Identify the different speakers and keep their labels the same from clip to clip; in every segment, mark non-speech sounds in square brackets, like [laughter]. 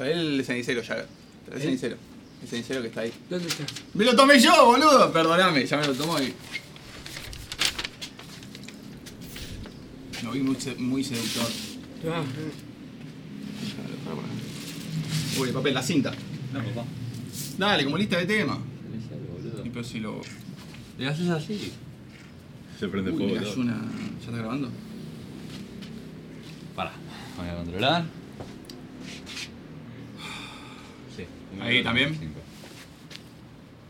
Speaker 1: El cenicero ya. El
Speaker 2: ¿Eh?
Speaker 1: cenicero. El cenicero que está ahí.
Speaker 2: ¿Dónde está?
Speaker 1: ¡Me lo tomé yo, boludo! Perdóname, ya me lo tomo y. Lo vi muy, se- muy seductor.
Speaker 2: Ah,
Speaker 1: Uy, el papel, la cinta.
Speaker 3: No, papá.
Speaker 1: Dale, como lista de tema.
Speaker 3: Tenés algo, boludo.
Speaker 1: Y pero si lo. Uy,
Speaker 3: Le haces así.
Speaker 4: Se prende
Speaker 1: le
Speaker 4: fuego.
Speaker 1: cayó
Speaker 4: todo.
Speaker 1: una. ¿Ya está grabando?
Speaker 3: Pará. Voy a controlar. Sí.
Speaker 1: Ahí también.
Speaker 3: Cinco.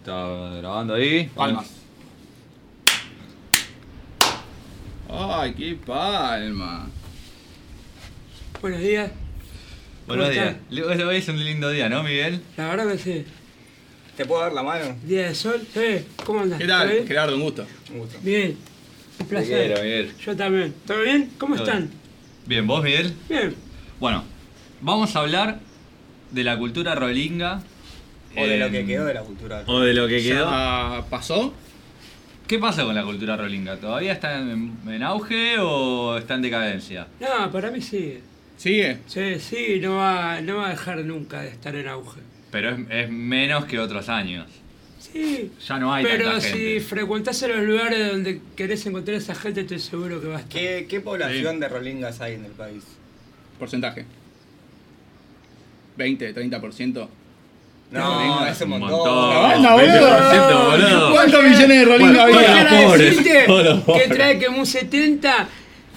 Speaker 3: Está grabando ahí.
Speaker 1: Palmas. ¡Ay, qué palma!
Speaker 2: buenos días.
Speaker 3: Buenos
Speaker 2: ¿Cómo
Speaker 3: días.
Speaker 2: están?
Speaker 3: Hoy hoy es un lindo día, ¿no, Miguel?
Speaker 2: La verdad que sí.
Speaker 5: ¿Te puedo dar la mano?
Speaker 2: Día de sol. Sí. ¿Cómo andas?
Speaker 1: ¿Qué tal?
Speaker 2: bien?
Speaker 1: Gerardo, un gusto.
Speaker 5: Un gusto.
Speaker 2: Bien. Un placer.
Speaker 3: Te quiero, Miguel.
Speaker 2: Yo también. ¿Todo bien? ¿Cómo
Speaker 3: Todo
Speaker 2: están?
Speaker 3: Bien, ¿vos, Miguel?
Speaker 2: Bien.
Speaker 3: Bueno, vamos a hablar de la cultura rolinga.
Speaker 5: O de lo que
Speaker 3: Em,
Speaker 5: quedó de la cultura.
Speaker 3: O de lo que quedó.
Speaker 1: ¿Ya pasó?
Speaker 3: ¿Qué pasa con la cultura rolinga? ¿Todavía está en, en auge o está en decadencia?
Speaker 2: No, para mí sigue.
Speaker 1: ¿Sigue?
Speaker 2: Sí, sí, no va, no va a dejar nunca de estar en auge.
Speaker 3: Pero es, es menos que otros años.
Speaker 2: Sí.
Speaker 3: Ya no hay
Speaker 2: Pero
Speaker 3: tanta
Speaker 2: si
Speaker 3: gente.
Speaker 2: frecuentás en los lugares donde querés encontrar a esa gente, estoy seguro que va a estar.
Speaker 5: ¿Qué, qué población de rolingas hay en el país?
Speaker 1: Porcentaje. 20, 30%.
Speaker 5: No,
Speaker 3: No,
Speaker 5: es un montón.
Speaker 1: ¡Anda, Ah, boludo!
Speaker 3: 20%, boludo.
Speaker 1: ¿Cuántos millones de rolingas
Speaker 3: Bueno,
Speaker 1: había?
Speaker 3: todos los
Speaker 2: Para
Speaker 3: pobres,
Speaker 2: decirte
Speaker 3: todos los
Speaker 2: que
Speaker 3: pobres.
Speaker 2: trae que un 70,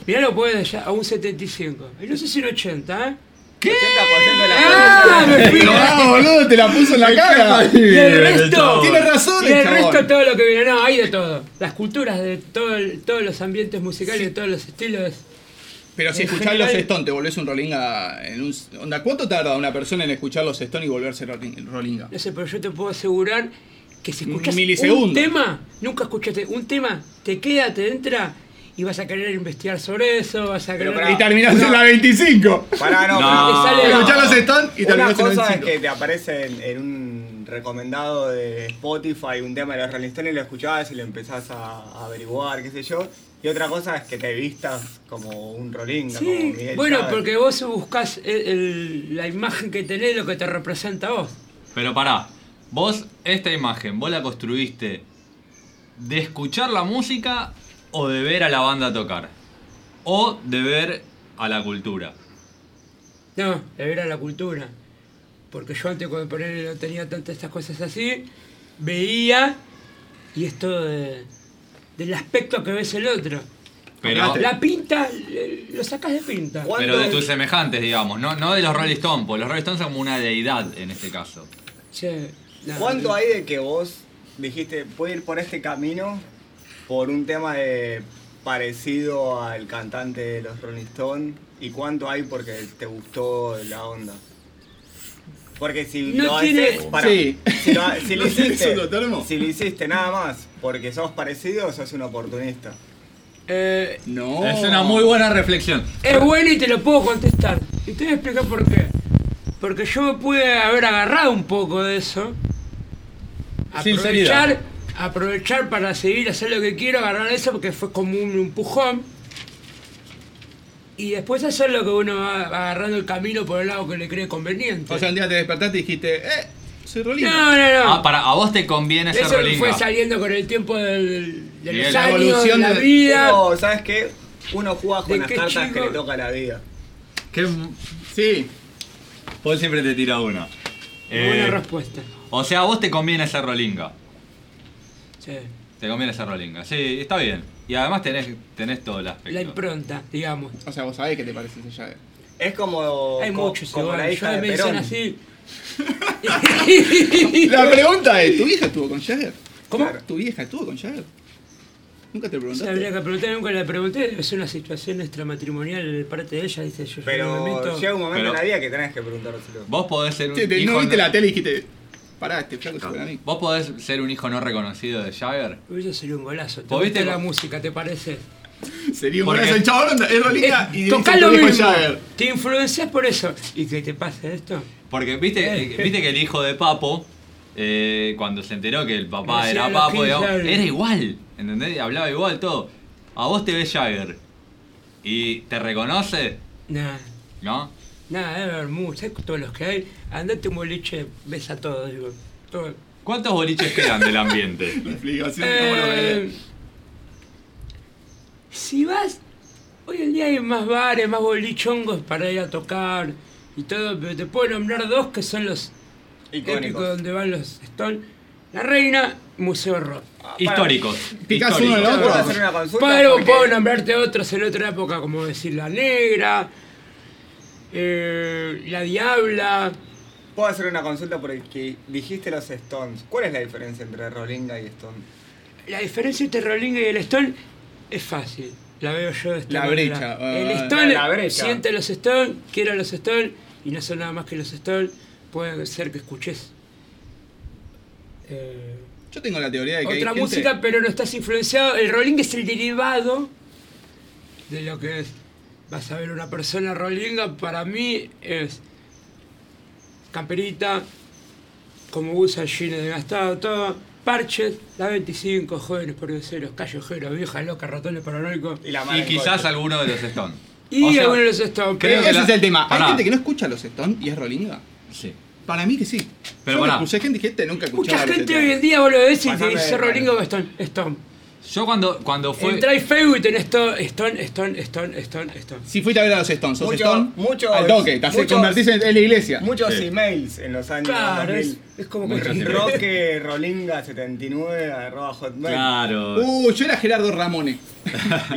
Speaker 2: mirá lo puede ya a un 75. Y no sé si un 80, ¿eh?
Speaker 5: 80% de la
Speaker 2: ¡Ah!
Speaker 5: población.
Speaker 2: Me fui.
Speaker 1: [laughs] No, boludo, te la puso en la cara.
Speaker 2: Y el resto.
Speaker 1: Tiene razón,
Speaker 2: Y el
Speaker 1: chabón.
Speaker 2: resto todo lo que viene. No, hay de todo. Las culturas de todo el- todos los ambientes musicales, de todos los estilos.
Speaker 1: Pero si
Speaker 2: En
Speaker 1: escuchás
Speaker 2: general-
Speaker 1: los Stones, te volvés un rolinga en un. Onda, ¿cuánto tarda una persona en escuchar los Stones y volverse rolin- rolinga?
Speaker 2: No sé, pero yo te puedo asegurar que si escuchas un
Speaker 1: Milisegundos.
Speaker 2: tema, nunca escuchaste un tema, te queda, te entra y vas a querer investigar sobre eso, vas a
Speaker 5: Pero
Speaker 2: querer.
Speaker 5: pará,
Speaker 1: Y terminás en la 25.
Speaker 5: Pará, no,
Speaker 3: No.
Speaker 2: Te
Speaker 5: pará.
Speaker 2: sale-
Speaker 1: Escuchás los Stones y
Speaker 5: Una
Speaker 1: terminás en la
Speaker 5: cosa es
Speaker 1: 25.
Speaker 5: que te aparece en, en un recomendado de Spotify un tema de los Rolling Stones y lo escuchabas y lo empezás a, a averiguar, qué sé yo. Y otra cosa es que te vistas como un rolinga, como
Speaker 2: Sí,
Speaker 5: Miguel
Speaker 2: bueno,
Speaker 5: Chávez.
Speaker 2: porque vos buscás el- el- la imagen que tenés, lo que te representa a vos.
Speaker 3: Pero pará, vos esta imagen, vos la construiste de escuchar la música o de ver a la banda tocar. O de ver a la cultura.
Speaker 2: No, era la cultura. Porque yo antes cuando ponele, no tenía tantas estas cosas así, veía y esto de- del aspecto que ves el otro.
Speaker 3: Pero,
Speaker 2: La pinta, le- lo sacas de pinta.
Speaker 5: ¿Cuál?
Speaker 3: pero de tus semejantes, digamos, no, no de los Rolling Stones, porque los Rolling Stones son como una deidad en este caso.
Speaker 2: Che, no,
Speaker 5: ¿Cuánto
Speaker 2: no.
Speaker 5: hay de que vos dijiste, puedo ir por este camino por un tema de parecido al cantante de los Rolling Stones? ¿Y cuánto hay porque te gustó la onda? Porque si
Speaker 2: No
Speaker 5: lo
Speaker 2: tiene-
Speaker 5: haces para-
Speaker 1: Sí.
Speaker 5: si lo,
Speaker 1: [laughs]
Speaker 5: si lo
Speaker 1: ¿No tenés
Speaker 5: hiciste,
Speaker 1: otro termo?
Speaker 5: si lo hiciste nada más porque sos parecido, sos un oportunista.
Speaker 2: Eh,
Speaker 1: No.
Speaker 3: Es una muy buena reflexión.
Speaker 2: es bueno y te lo puedo contestar. Y te voy a explicar por qué. Porque yo me pude haber agarrado un poco de eso.
Speaker 3: Sinceridad.
Speaker 2: Aprovechar, aprovechar para seguir hacer lo que quiero, agarrar eso porque fue como un empujón. Y después hacer lo que uno va agarrando el camino por el lado que le cree conveniente.
Speaker 1: O sea, un día te despertaste y dijiste, eh, soy rolinga.
Speaker 2: no, no, no.
Speaker 3: Ah, para, a vos te conviene ser
Speaker 2: eso me fue
Speaker 3: Rolinga.
Speaker 2: saliendo con el tiempo del, de
Speaker 3: Bien.
Speaker 2: los
Speaker 3: La
Speaker 2: años, de
Speaker 1: Eh, evolución
Speaker 2: la
Speaker 1: de- Oh.
Speaker 2: vida.
Speaker 5: Pero, ¿sabes qué? Uno juega
Speaker 2: ¿De
Speaker 5: con las
Speaker 2: qué
Speaker 5: cartas que
Speaker 2: chico?
Speaker 5: le toca la vida.
Speaker 3: ¿Qué?
Speaker 1: Sí.
Speaker 3: Paul siempre te tira una.
Speaker 2: Buena
Speaker 3: Eh,
Speaker 2: respuesta.
Speaker 3: o sea, a vos te conviene ser Rolinga.
Speaker 2: Sí.
Speaker 3: Te conviene ser Rolinga. Sí, está bien. Y además tenés, tenés todo el aspecto.
Speaker 2: La impronta, digamos.
Speaker 1: O sea, vos sabés que te parece esa llave.
Speaker 5: Es como,
Speaker 2: Hay
Speaker 5: co-
Speaker 2: muchos
Speaker 5: como la
Speaker 2: igual,
Speaker 5: hija
Speaker 2: yo
Speaker 5: de
Speaker 2: me dicen
Speaker 5: Perón.
Speaker 3: [laughs]
Speaker 2: así. [laughs]
Speaker 1: La pregunta es, ¿tu vieja estuvo con Jagger?
Speaker 2: ¿Cómo?
Speaker 1: Claro. ¿Tu vieja estuvo con Jagger? Nunca te preguntaste.
Speaker 2: Habría que preguntar, nunca le pregunté, debe ser una situación extramatrimonial de parte de ella, dice yo. yo no me
Speaker 5: Pero
Speaker 2: meto.
Speaker 5: llega un momento
Speaker 3: Pero-
Speaker 5: en la vida que tenés que preguntárselo.
Speaker 3: Vos podés ser un
Speaker 1: Che, te- ¿No
Speaker 3: hijo
Speaker 1: viste
Speaker 3: no-
Speaker 1: la tele y dijiste, pará, este flaco es para mí?
Speaker 3: Vos podés ser un hijo no reconocido de Jagger.
Speaker 2: Hubiese sido un golazo. ¿Te
Speaker 3: ¿Vos
Speaker 2: gusta
Speaker 3: viste
Speaker 2: la
Speaker 3: cu-
Speaker 2: música, te parece?
Speaker 1: Sería un
Speaker 3: Porque-
Speaker 1: golazo. El chabón es rolinga y
Speaker 2: Eh,
Speaker 1: dice,
Speaker 2: tocá lo
Speaker 1: "Tu viejo es
Speaker 2: mismo.
Speaker 1: Jagger".
Speaker 2: Te influencias por eso. ¿Y qué te pasa esto?
Speaker 3: Porque viste, [laughs] viste que el hijo de Papo, eh, cuando se enteró que el papá
Speaker 2: Hacía
Speaker 3: era
Speaker 2: los
Speaker 3: Papo,
Speaker 2: 15
Speaker 3: digamos,
Speaker 2: años.
Speaker 3: era igual. ¿Entendés? Y Hablaba igual todo. A vos te ve Jagger y te reconoce,
Speaker 2: Nah.
Speaker 3: ¿no?
Speaker 2: Nada, debe haber muchos, todos los que hay. Andate un boliche, ves a todos, digo. todo.
Speaker 3: ¿Cuántos boliches quedan
Speaker 1: [laughs]
Speaker 3: del ambiente?
Speaker 1: La explicación de cómo lo
Speaker 2: Eh,
Speaker 1: veía.
Speaker 2: si vas, hoy en día hay más bares, más bolichongos para ir a tocar y todo, pero te puedo nombrar dos que son los épicos
Speaker 5: Icónicos.
Speaker 2: donde van los Stone. La Reina, Museo Rock.
Speaker 3: Ah, Históricos.
Speaker 1: Picás uno del
Speaker 3: históricos.
Speaker 1: otro.
Speaker 5: ¿Puedo hacer una consulta?
Speaker 2: Pero
Speaker 5: Porque
Speaker 2: puedo nombrarte otros en otra época, como decir La Negra, eh, La Diabla.
Speaker 5: Puedo hacer una consulta porque dijiste los Stones. ¿Cuál es la diferencia entre Rolinga y Stone?
Speaker 2: La diferencia entre Rolinga y el Stone es fácil. La veo yo de esta
Speaker 1: La
Speaker 2: manera.
Speaker 1: brecha, ah,
Speaker 2: El
Speaker 1: ah,
Speaker 2: Stone
Speaker 5: la brecha.
Speaker 2: siente los Stone, quiero los Stone y no son nada más que los Stone. Puede ser que escuches eh,
Speaker 1: Yo tengo la teoría de que
Speaker 2: otra
Speaker 1: hay gente-
Speaker 2: música, pero no estás influenciado. El Rolinga es el derivado de lo que es. Vas a ver una persona Rolinga, para mí es camperita, como usa jeans desgastado, todo. Parches, la 25, jóvenes cerros, callejeros, viejas locas, ratones paranoicos.
Speaker 5: Y, la
Speaker 3: Y quizás alguno de los Stones.
Speaker 2: Y
Speaker 3: O sea,
Speaker 2: algunos de los Stones.
Speaker 3: creo
Speaker 2: pero-
Speaker 1: Ese
Speaker 3: la-
Speaker 1: es el tema. Hay
Speaker 3: Pará.
Speaker 1: gente que no escucha los Stones y es Rolinga.
Speaker 3: Sí.
Speaker 1: Para mí que sí.
Speaker 3: Pero
Speaker 1: Yo
Speaker 3: pará.
Speaker 1: escuché gente que este nunca escuchaba.
Speaker 2: Mucha
Speaker 1: los
Speaker 2: gente
Speaker 1: Stones.
Speaker 2: hoy en día vos lo ves y te
Speaker 5: Pasame de
Speaker 2: dice
Speaker 5: raro.
Speaker 2: Rolinga o Stone. Stone.
Speaker 3: Yo cuando, cuando fue.
Speaker 2: Entra y Facebook y tenés todo Stone, Stone, Stone, Stone, Stone.
Speaker 1: Si fuiste a ver a los Stones, sos
Speaker 5: Mucho-
Speaker 1: Stone,
Speaker 5: muchos-
Speaker 1: al toque, te haces-
Speaker 5: muchos-
Speaker 1: convertís en, en la iglesia.
Speaker 5: Muchos
Speaker 3: Sí.
Speaker 5: emails en los años
Speaker 2: Claro, es,
Speaker 5: 2000.
Speaker 2: es como
Speaker 3: Muchas
Speaker 2: que
Speaker 3: gracias.
Speaker 5: [laughs] Roque Rolinga 79 arroba hotmail.
Speaker 3: Claro.
Speaker 1: Uh, yo era Gerardo Ramone.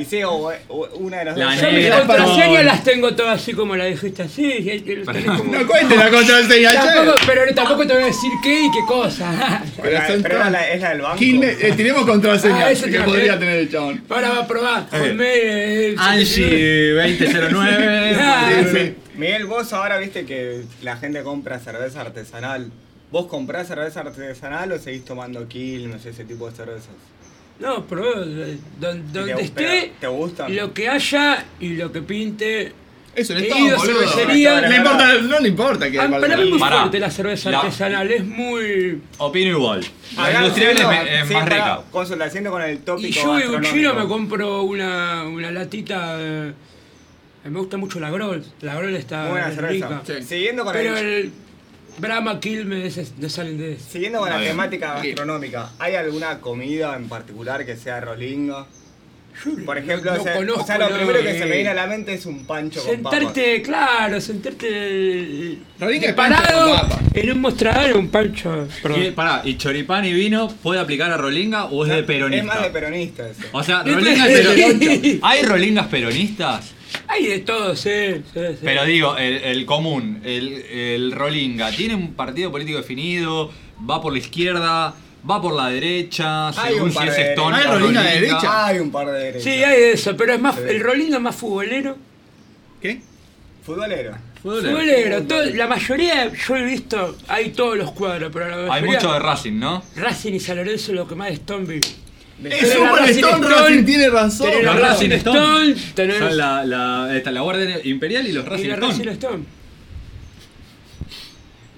Speaker 5: Y sí, o, o una de las
Speaker 3: La
Speaker 5: dos.
Speaker 2: Yo mis
Speaker 3: Negra,
Speaker 2: contraseñas
Speaker 3: perdón.
Speaker 2: las tengo todas así como la dijiste así. y ahí te-
Speaker 3: Perdón.
Speaker 2: como-
Speaker 1: No cuente la contraseña,
Speaker 2: Tampoco-
Speaker 1: che.
Speaker 2: pero tampoco te voy a decir qué y qué cosa. [laughs]
Speaker 5: Pero la-
Speaker 1: son
Speaker 5: pero
Speaker 1: todas-
Speaker 5: la- es la del banco.
Speaker 1: Quilmes, eh, tiremos contraseña
Speaker 2: Ah, ese
Speaker 1: que
Speaker 2: te la
Speaker 1: podría
Speaker 2: creo.
Speaker 1: tener el chabón.
Speaker 2: Ahora va a probar.
Speaker 3: Eh.
Speaker 2: Comé, eh,
Speaker 3: Angie [laughs] 2009.
Speaker 2: Ah,
Speaker 3: Marilu.
Speaker 1: sí.
Speaker 5: Miguel, vos ahora viste que la gente compra cerveza artesanal. ¿Vos comprás cerveza artesanal o seguís tomando Quilmes, ese tipo de cervezas?
Speaker 2: No, pero eh, don- donde
Speaker 5: gu-
Speaker 2: esté,
Speaker 5: pero, ¿te gustan?
Speaker 2: lo que haya y lo que pinte.
Speaker 1: Es un
Speaker 2: He
Speaker 1: Stone,
Speaker 2: ido a
Speaker 1: boludo.
Speaker 2: cervecería.
Speaker 1: No le importa, no le importa que
Speaker 2: Ah, para mí es muy
Speaker 3: Pará.
Speaker 2: fuerte la cerveza
Speaker 3: La-
Speaker 2: artesanal, es muy.
Speaker 3: Opino igual. La
Speaker 5: Hablando-
Speaker 3: industrial es, me- es
Speaker 5: sí,
Speaker 3: más
Speaker 5: pará,
Speaker 3: rica.
Speaker 5: Consultaciendo con el tópico
Speaker 2: Y yo y
Speaker 5: gastronómico.
Speaker 2: Guchino me compro una, una latita. eh, me gusta mucho la Grol. La Grol está
Speaker 5: Muy buena
Speaker 2: es
Speaker 5: cerveza.
Speaker 2: rica.
Speaker 1: Sí.
Speaker 5: Siguiendo con
Speaker 2: Pero
Speaker 5: el-
Speaker 2: el Brahma Quilmes ese- no salen de eso.
Speaker 5: Siguiendo con la
Speaker 3: Está bien.
Speaker 5: temática
Speaker 1: Bien.
Speaker 5: gastronómica, ¿hay alguna comida en particular que sea rolinga? Por ejemplo,
Speaker 2: no
Speaker 5: o sea,
Speaker 2: conozco
Speaker 5: o sea, lo
Speaker 2: nada.
Speaker 5: primero que se me viene a la mente es un pancho
Speaker 2: Sentarte, claro, sentarte
Speaker 1: Rodríguez
Speaker 2: de
Speaker 1: Pancho
Speaker 2: parado
Speaker 1: con papa.
Speaker 2: en un mostrador, un pancho. perdón.
Speaker 3: Y, pará, ¿y choripán y vino puede aplicar a Rolinga o
Speaker 5: con
Speaker 3: es
Speaker 5: papas.
Speaker 3: de peronista?
Speaker 5: Es más de peronista eso.
Speaker 3: O sea,
Speaker 2: De
Speaker 3: Rolinga es
Speaker 2: peronista.
Speaker 3: peronista. ¿Hay Rolingas peronistas?
Speaker 2: Hay de todo, sí. sí, sí.
Speaker 3: Pero digo, el, el común, el, el Rolinga, ¿tiene un partido político definido? ¿Va por la izquierda? ¿Va por la derecha?
Speaker 5: Hay
Speaker 3: Según
Speaker 5: un
Speaker 3: si
Speaker 5: par
Speaker 3: es
Speaker 5: de-
Speaker 3: Stone
Speaker 1: ¿Hay
Speaker 3: o
Speaker 1: Rolinga de
Speaker 3: Rolinga.
Speaker 1: derecha?
Speaker 5: Hay un par de derechos.
Speaker 2: sí, hay de eso, pero es más,
Speaker 5: Sí.
Speaker 2: el Rolinga es más futbolero.
Speaker 1: ¿Qué?
Speaker 5: Futbolero.
Speaker 3: Futbolero.
Speaker 2: Futbolero, todo- la mayoría, yo he visto, hay todos los cuadros, pero la
Speaker 3: Hay
Speaker 2: mayoría,
Speaker 3: mucho de Racing, ¿no?
Speaker 2: Racing y San Lorenzo lo que más es Tombi.
Speaker 1: Es
Speaker 2: Pero
Speaker 1: un
Speaker 2: la Racing
Speaker 1: Stone,
Speaker 2: Stone-
Speaker 1: Racing tiene razón.
Speaker 2: Tenés la
Speaker 3: Los
Speaker 1: boludo.
Speaker 2: Racing Stone, tenés-
Speaker 3: Son la, la, está la Guardia Imperial y los
Speaker 2: Y
Speaker 3: Racing
Speaker 2: la
Speaker 3: Stone.
Speaker 2: Racing Stone.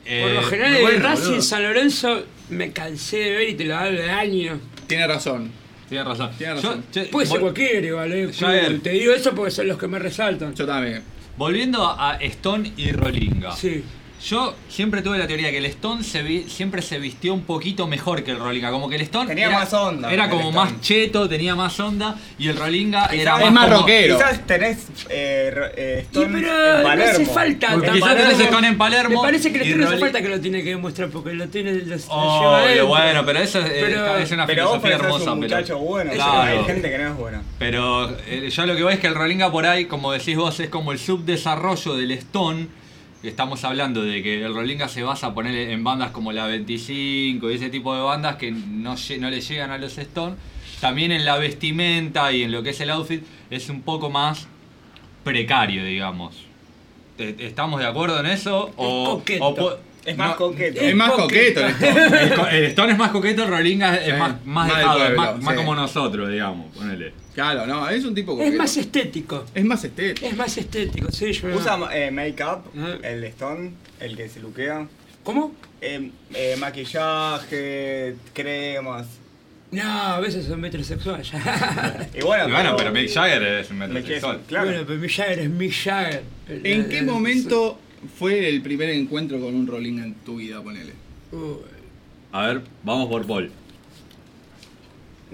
Speaker 3: Eh,
Speaker 2: Por lo general, el
Speaker 3: bueno,
Speaker 2: Racing
Speaker 3: boludo.
Speaker 2: San Lorenzo me cansé de ver y te lo hablo de años.
Speaker 1: Tiene razón.
Speaker 3: Tienes razón.
Speaker 1: Tiene razón.
Speaker 3: Yo- che,
Speaker 2: Puede ser
Speaker 3: vol-
Speaker 2: cualquiera igual, eh,
Speaker 3: Ya ver.
Speaker 2: Te digo eso porque son los que me resaltan.
Speaker 1: Yo también.
Speaker 3: volviendo a a Stone y Rolinga.
Speaker 2: Sí.
Speaker 3: Yo siempre tuve la teoría que el Stone se vi- siempre se vistió un poquito mejor que el Rolinga. Como que el Stone
Speaker 5: Tenía
Speaker 3: era,
Speaker 5: más onda,
Speaker 3: era
Speaker 5: el
Speaker 3: como
Speaker 5: Stone.
Speaker 3: más cheto, tenía más onda. Y el Rolinga era
Speaker 1: es más
Speaker 3: como-
Speaker 1: rockero. Pero-
Speaker 5: Quizás tenés eh, ro- eh, Stone
Speaker 2: Y, pero
Speaker 5: en
Speaker 2: no
Speaker 5: Palermo.
Speaker 2: hace falta
Speaker 3: Porque
Speaker 2: tanto.
Speaker 3: quizás tenés Stone en Palermo
Speaker 2: Me parece que
Speaker 3: y
Speaker 2: le no hace
Speaker 3: Rolly-
Speaker 2: falta que lo tiene que demostrar porque lo tiene. Lo, lo
Speaker 3: Oh,
Speaker 2: lleva adentro.
Speaker 3: bueno, pero eso es, eh,
Speaker 2: Pero-
Speaker 3: es una
Speaker 5: Pero vos
Speaker 3: filosofía
Speaker 5: parecés
Speaker 3: hermosa.
Speaker 5: un
Speaker 3: pero-
Speaker 5: muchacho bueno.
Speaker 3: Claro.
Speaker 5: Hay gente que no es buena.
Speaker 3: Pero eh, yo lo que voy es que el Rolinga por ahí, como decís vos, es como el subdesarrollo del Stone. Estamos hablando de que el Rolinga se basa poner en bandas como la 25 y ese tipo de bandas que no, lle- no le llegan a los Stone. También en la vestimenta y en lo que es el outfit es un poco más precario, digamos. Eh, ¿Estamos de acuerdo en eso? O,
Speaker 2: coqueto.
Speaker 3: o po-
Speaker 5: Es más
Speaker 3: no,
Speaker 5: coqueto.
Speaker 1: Es más coqueto el Stone.
Speaker 3: el, co- el Stone es más coqueto, el Rolinga es
Speaker 1: Sí,
Speaker 3: más, más
Speaker 1: más del
Speaker 3: dejado, es
Speaker 1: pueblo,
Speaker 3: más, más
Speaker 1: sí.
Speaker 3: como nosotros, digamos, ponele.
Speaker 1: Claro, no, es un tipo coqueto.
Speaker 2: Es más estético.
Speaker 1: Es más estético.
Speaker 2: Es más estético, sí, yo.
Speaker 5: Usa eh, make-up,
Speaker 2: Ajá.
Speaker 5: el Stone, el que se luquea.
Speaker 2: ¿Cómo?
Speaker 5: Eh, eh, maquillaje, cremas.
Speaker 2: No, a veces son metrosexuales. [laughs] ya.
Speaker 5: Y bueno,
Speaker 3: Y bueno, pero Mick Jagger es un
Speaker 5: Me quedé-
Speaker 3: metrosexual.
Speaker 5: Claro.
Speaker 2: Bueno, pero mi Jagger es mi Jagger.
Speaker 1: ¿En qué momento fue el primer encuentro con un Rolling en tu vida, ponele?
Speaker 2: Uh,
Speaker 3: A ver, vamos por Paul.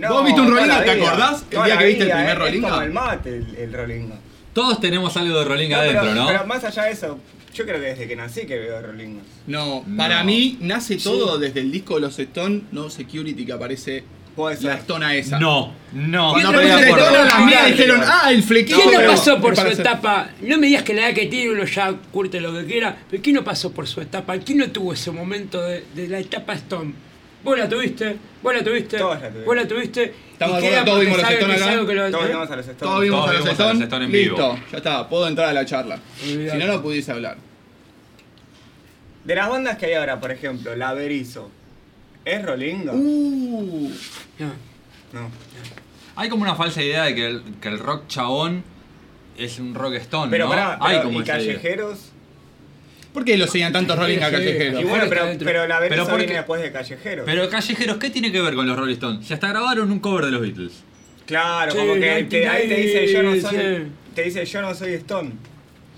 Speaker 1: ¿Vos viste un
Speaker 5: toda
Speaker 1: Rolinga?
Speaker 5: la
Speaker 1: ¿Te
Speaker 5: vida,
Speaker 1: acordás el
Speaker 5: toda
Speaker 1: día
Speaker 5: la
Speaker 1: que viste el
Speaker 5: vida, eh,
Speaker 1: primer
Speaker 5: es-
Speaker 1: Rolinga?
Speaker 5: Es como el mate, el, el Rolinga.
Speaker 3: Todos tenemos algo de Rolling
Speaker 5: No,
Speaker 3: adentro,
Speaker 5: pero,
Speaker 3: ¿no?
Speaker 5: pero más allá de eso, yo creo que desde que nací que veo Rolinga.
Speaker 1: No,
Speaker 3: No.
Speaker 1: para mí nace todo desde el disco de los Stone, No Security, que aparece
Speaker 5: Puede ser.
Speaker 1: la Stona esa.
Speaker 3: No, no.
Speaker 1: Cuando
Speaker 3: no estoy de
Speaker 1: aparece la
Speaker 3: acuerdo.
Speaker 1: Stone, las mías
Speaker 5: Claro.
Speaker 1: dijeron, ah, el flequillo.
Speaker 2: ¿Quién no
Speaker 1: pero
Speaker 2: pasó por
Speaker 1: es
Speaker 2: su
Speaker 1: para hacer-
Speaker 2: etapa? No me digas que la edad que tiene uno ya curte lo que quiera, pero ¿quién no pasó por su etapa? ¿Quién no tuvo ese momento de, de la etapa Stone? Vos la tuviste, vos la tuviste,
Speaker 5: Todos la tuvimos.
Speaker 2: vos la tuviste.
Speaker 1: Estamos
Speaker 2: y
Speaker 1: de acuerdo,
Speaker 2: queda
Speaker 1: todos
Speaker 2: porque
Speaker 1: vimos los
Speaker 2: sabe
Speaker 1: Stones
Speaker 2: que es
Speaker 1: acá.
Speaker 2: algo que lo-
Speaker 5: Todos
Speaker 2: ¿eh?
Speaker 5: vimos a los Stones.
Speaker 1: Todos vimos
Speaker 3: Todos
Speaker 1: a los
Speaker 3: vimos a los
Speaker 1: Stone,
Speaker 3: Stone en vivo.
Speaker 1: listo, ya está, puedo entrar a la charla.
Speaker 2: Olvidate.
Speaker 1: Si no, no pudiese hablar.
Speaker 5: De las bandas que hay ahora, por ejemplo, La Berizo, ¿es Rolinga?
Speaker 1: Uh,
Speaker 2: No.
Speaker 5: No.
Speaker 3: Hay como una falsa idea de que el, que el rock chabón es un rock stone,
Speaker 5: Pero
Speaker 3: ¿no?
Speaker 5: pará,
Speaker 3: Hay
Speaker 5: pero,
Speaker 3: como
Speaker 5: ¿y
Speaker 3: esa idea.
Speaker 5: callejeros?
Speaker 1: ¿Por qué lo seguían tantos Rolling a
Speaker 2: Sí, sí.
Speaker 5: Y
Speaker 1: callejeros?
Speaker 5: bueno,
Speaker 2: está
Speaker 5: pero,
Speaker 2: dentro.
Speaker 5: pero La Berizo
Speaker 3: porque-
Speaker 5: viene después de callejeros.
Speaker 3: Pero callejeros, ¿qué tiene que ver con los Rolling Stones? Si hasta grabaron un cover de los Beatles.
Speaker 5: Claro,
Speaker 2: Sí,
Speaker 5: como que te, ahí te dice yo no soy.
Speaker 2: sí.
Speaker 5: Te dice yo no soy Stone.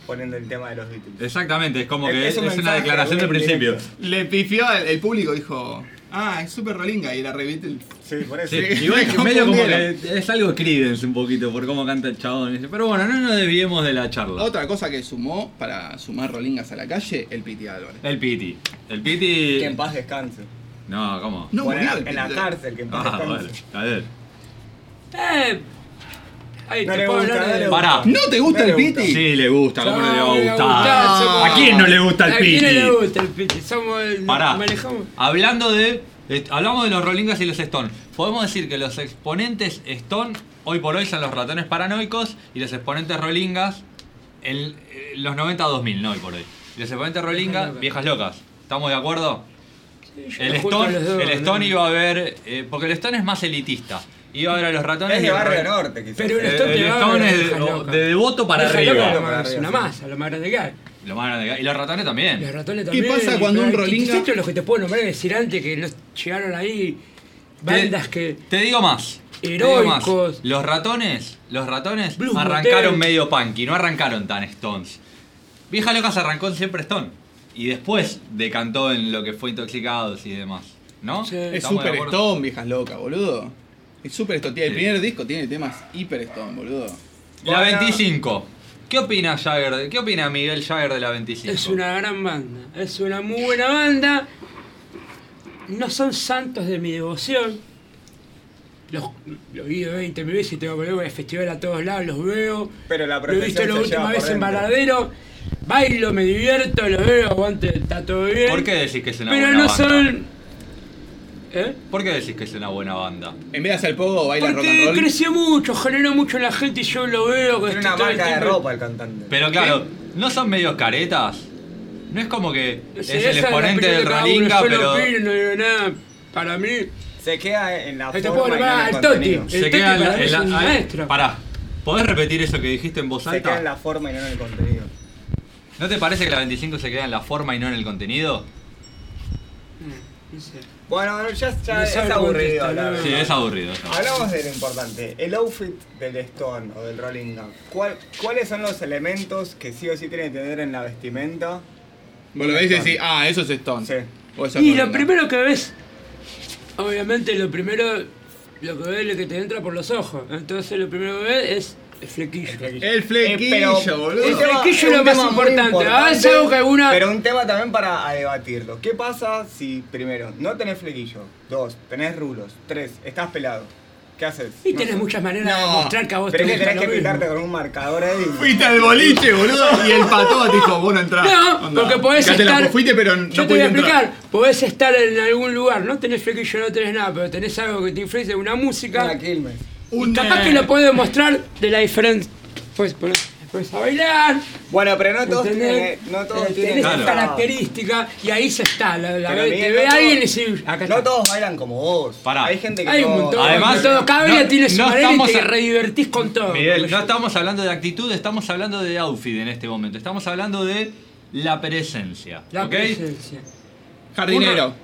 Speaker 5: Poniendo el tema de los Beatles.
Speaker 3: Exactamente, es como
Speaker 5: Es-
Speaker 3: que
Speaker 5: es
Speaker 3: es,
Speaker 5: un
Speaker 3: es una
Speaker 5: mensaje,
Speaker 3: declaración de
Speaker 5: un indirecto.
Speaker 3: principio.
Speaker 1: Le pifió al- el público, dijo, ah, es super Rollinga y la reviste. el-
Speaker 5: Sí, por eso.
Speaker 3: Sí, igual
Speaker 5: [laughs]
Speaker 3: que
Speaker 1: Me
Speaker 3: medio como que
Speaker 1: confundieron.
Speaker 3: es algo Creedence un poquito por cómo canta el chabón. ese. Pero bueno, no nos desviemos de la charla.
Speaker 1: Otra cosa que sumó para sumar Rollingas a la calle, el Piti Álvarez.
Speaker 3: El Piti. El Piti.
Speaker 5: Que en paz descanse.
Speaker 3: No, ¿cómo?
Speaker 1: No
Speaker 5: Bueno, en
Speaker 1: murió
Speaker 5: la-
Speaker 1: el
Speaker 5: en la
Speaker 1: Piti.
Speaker 5: cárcel, que en paz
Speaker 3: Ah,
Speaker 5: descanse.
Speaker 3: bueno, a ver.
Speaker 2: Eh, ahí
Speaker 5: No
Speaker 2: te
Speaker 5: le
Speaker 2: puedo
Speaker 5: gusta,
Speaker 2: hablar
Speaker 5: no
Speaker 2: de-
Speaker 5: le gusta.
Speaker 3: Pará.
Speaker 1: ¿No te gusta
Speaker 5: No
Speaker 1: el
Speaker 5: le gusta.
Speaker 1: Piti?
Speaker 3: Sí, le gusta, ¿cómo no le va a
Speaker 2: Ah,
Speaker 3: gustar?
Speaker 2: somos-
Speaker 3: ¿A quién no le gusta el
Speaker 2: ¿A quién
Speaker 3: Piti?
Speaker 2: no le gusta el Piti? Somos el.
Speaker 3: Pará.
Speaker 2: manejamos.
Speaker 3: Hablando de. eh, Hablamos de los Rolingas y los Stone. Podemos decir que los exponentes Stone hoy por hoy son los ratones paranoicos y los exponentes Rolingas en eh, los 90-2000, no hoy por hoy. Y los exponentes Rolingas,
Speaker 2: locas.
Speaker 3: viejas locas. ¿Estamos de acuerdo?
Speaker 2: Yo
Speaker 3: El
Speaker 2: los junto a
Speaker 3: Stone,
Speaker 2: los dos,
Speaker 3: el
Speaker 2: ¿no?
Speaker 3: Stone iba a ver. eh, porque el Stone es más elitista. Iba a ver a los ratones.
Speaker 5: Es
Speaker 3: y
Speaker 5: de
Speaker 3: el
Speaker 5: Barrio
Speaker 3: Rolling-
Speaker 5: Norte, quizás.
Speaker 2: Pero el
Speaker 3: Eh,
Speaker 2: Stone te
Speaker 3: el
Speaker 2: va a
Speaker 3: Stone
Speaker 2: ver
Speaker 3: es de-
Speaker 2: orejas locas.
Speaker 3: de Devoto para
Speaker 2: Orejas
Speaker 3: arriba.
Speaker 2: locas,
Speaker 5: Para
Speaker 2: nomás,
Speaker 5: arriba,
Speaker 2: una
Speaker 5: sí.
Speaker 2: masa, lo más grande que hay.
Speaker 3: Lo más grande que hay. Y los ratones también.
Speaker 2: Los ratones
Speaker 1: ¿Qué
Speaker 2: también.
Speaker 1: pasa cuando un
Speaker 2: pero hay
Speaker 1: Rolinga-
Speaker 2: 17 los que te puedo nombrar y decir antes que nos llegaron ahí bandas
Speaker 3: te,
Speaker 2: que.
Speaker 3: Te digo más. te digo más.
Speaker 2: Heroicos.
Speaker 3: Los ratones, los ratones
Speaker 2: Blues
Speaker 3: arrancaron
Speaker 2: Motel.
Speaker 3: medio punky, no arrancaron tan Stones. Vieja Loca se arrancó siempre Stone. Y después decantó en lo que fue Intoxicados y demás. ¿No?
Speaker 2: Sí.
Speaker 1: Es
Speaker 3: ¿Estamos de
Speaker 1: super
Speaker 3: acuerdo?
Speaker 1: Stone, viejas locas, boludo. Es super Stone. Tiene- El
Speaker 3: Sí.
Speaker 1: primer disco tiene temas hiper Stone, boludo.
Speaker 3: La
Speaker 5: Bueno.
Speaker 3: 25. ¿Qué opina Jagger? de- ¿Qué opina Miguel Jagger de la 25?
Speaker 2: Es una gran banda, es una muy buena banda. No son santos de mi devoción. Los, los vi 20 mil veces, tengo que ver, voy al festival a todos lados, los veo.
Speaker 5: Pero la
Speaker 2: Lo he visto
Speaker 5: profesión
Speaker 2: la
Speaker 5: se
Speaker 2: última
Speaker 5: lleva por
Speaker 2: vez en
Speaker 5: dentro.
Speaker 2: Baradero. Bailo, me divierto, los veo, aguante, está todo bien.
Speaker 3: ¿Por qué decís que es una
Speaker 2: Pero
Speaker 3: buena
Speaker 2: no
Speaker 3: banda?
Speaker 2: son. ¿Eh?
Speaker 3: ¿Por qué decís que es una buena banda?
Speaker 1: En vez de hacer pogo, baila rock and
Speaker 2: Porque
Speaker 1: roll.
Speaker 2: creció mucho, generó mucho en la gente y yo lo veo. que
Speaker 5: Tiene
Speaker 2: estoy
Speaker 5: una
Speaker 2: todo el
Speaker 5: marca de
Speaker 2: tiempo-
Speaker 5: ropa el cantante.
Speaker 3: Pero claro, ¿no son medios caretas? No es como que es
Speaker 2: Sí, esa
Speaker 3: el
Speaker 2: la
Speaker 3: exponente
Speaker 2: opinión de
Speaker 3: del
Speaker 2: cada uno,
Speaker 3: Rolinga,
Speaker 2: yo no
Speaker 3: pero.
Speaker 2: opino, no digo nada. Para mí,
Speaker 5: Se queda en la
Speaker 2: Ahí te
Speaker 5: forma
Speaker 2: puedo
Speaker 5: y no
Speaker 2: nombrar
Speaker 5: en el
Speaker 2: al Este Totti.
Speaker 5: contenido.
Speaker 2: El
Speaker 3: Se queda
Speaker 2: Tete
Speaker 3: en la,
Speaker 2: para mí
Speaker 3: en la-
Speaker 2: es un
Speaker 3: ah,
Speaker 2: maestro.
Speaker 3: Pará, ¿podés repetir eso que dijiste en voz
Speaker 5: Se queda en
Speaker 3: alta?
Speaker 5: la forma y no en el contenido.
Speaker 3: ¿No te parece que la 25 se queda en la forma y no en el contenido?
Speaker 2: no sé.
Speaker 5: Bueno, ya, ya
Speaker 2: No
Speaker 5: es
Speaker 2: sabe
Speaker 5: aburrido
Speaker 2: contestar,
Speaker 5: hablar.
Speaker 2: no.
Speaker 3: Sí, es aburrido. eso.
Speaker 5: Hablamos de lo importante, el outfit del Stone o del Rolling Gun. ¿Cuál- ¿Cuáles son los elementos que sí o sí tiene que tener en la vestimenta?
Speaker 1: Vos lo veis y decís, ah, eso es Stone.
Speaker 5: Sí.
Speaker 1: O eso es
Speaker 2: Y lo
Speaker 1: Rolling.
Speaker 2: primero que ves, obviamente lo primero, lo que ves es lo que te entra por los ojos. Entonces lo primero que ves es el flequillo.
Speaker 1: El flequillo,
Speaker 2: Eh,
Speaker 1: boludo.
Speaker 5: un
Speaker 1: El
Speaker 5: Este tema-
Speaker 2: flequillo es lo
Speaker 5: un
Speaker 2: más
Speaker 5: tema muy
Speaker 2: importante. Ah, es algo que alguna-
Speaker 5: Pero un tema también para a debatirlo. ¿Qué pasa si, primero, no tenés flequillo? Dos, tenés rulos. Tres, estás pelado. ¿Qué haces?
Speaker 2: Y
Speaker 5: No
Speaker 2: tenés
Speaker 5: sé.
Speaker 2: muchas maneras
Speaker 1: No,
Speaker 2: de mostrar que a vos
Speaker 5: Pero es
Speaker 2: te
Speaker 5: que
Speaker 2: gusta
Speaker 5: tenés
Speaker 2: lo
Speaker 5: que
Speaker 2: mismo.
Speaker 5: pintarte con un
Speaker 2: [laughs]
Speaker 5: marcador ahí.
Speaker 1: Fuiste al boliche, boludo, y el pató dijo, vos no entrás.
Speaker 2: No,
Speaker 1: Onda,
Speaker 2: porque podés
Speaker 1: fíjate la
Speaker 2: estar.
Speaker 1: que fuiste, pero no
Speaker 2: yo te voy a
Speaker 1: pudiste
Speaker 2: explicar.
Speaker 1: entrar.
Speaker 2: Podés estar en algún lugar, no tenés flequillo, no tenés nada, pero tenés algo que te influye, una música.
Speaker 5: Una Quilmes.
Speaker 1: Un-
Speaker 2: Y
Speaker 3: Eh.
Speaker 2: capaz que lo puedes mostrar de la diferencia. Pues, pues, pues a bailar.
Speaker 5: Bueno, pero no todos
Speaker 2: ¿entendés?
Speaker 5: tienen. No todos
Speaker 2: Eh,
Speaker 5: tienen.
Speaker 2: tenés
Speaker 5: esa-
Speaker 2: esa característica y ahí se está. La, la-
Speaker 5: Pero
Speaker 2: te
Speaker 5: Miguel,
Speaker 2: ve
Speaker 5: no
Speaker 2: alguien y
Speaker 5: todos-
Speaker 2: decís, acá
Speaker 5: No
Speaker 2: está.
Speaker 5: todos bailan como vos.
Speaker 3: Pará.
Speaker 5: Hay gente que
Speaker 2: Hay un
Speaker 5: no-
Speaker 2: montón.
Speaker 3: Además,
Speaker 2: Además, todo, cada
Speaker 3: no-
Speaker 2: uno tiene su
Speaker 3: no
Speaker 2: manera y
Speaker 3: estamos
Speaker 2: te
Speaker 3: a-
Speaker 2: redivertís con todo.
Speaker 3: Miguel,
Speaker 2: Porque
Speaker 3: no
Speaker 2: yo-
Speaker 3: estamos hablando de actitud, estamos hablando de outfit en este momento. Estamos hablando de la presencia.
Speaker 2: La
Speaker 3: ¿ok?
Speaker 2: presencia.
Speaker 1: Jardinero.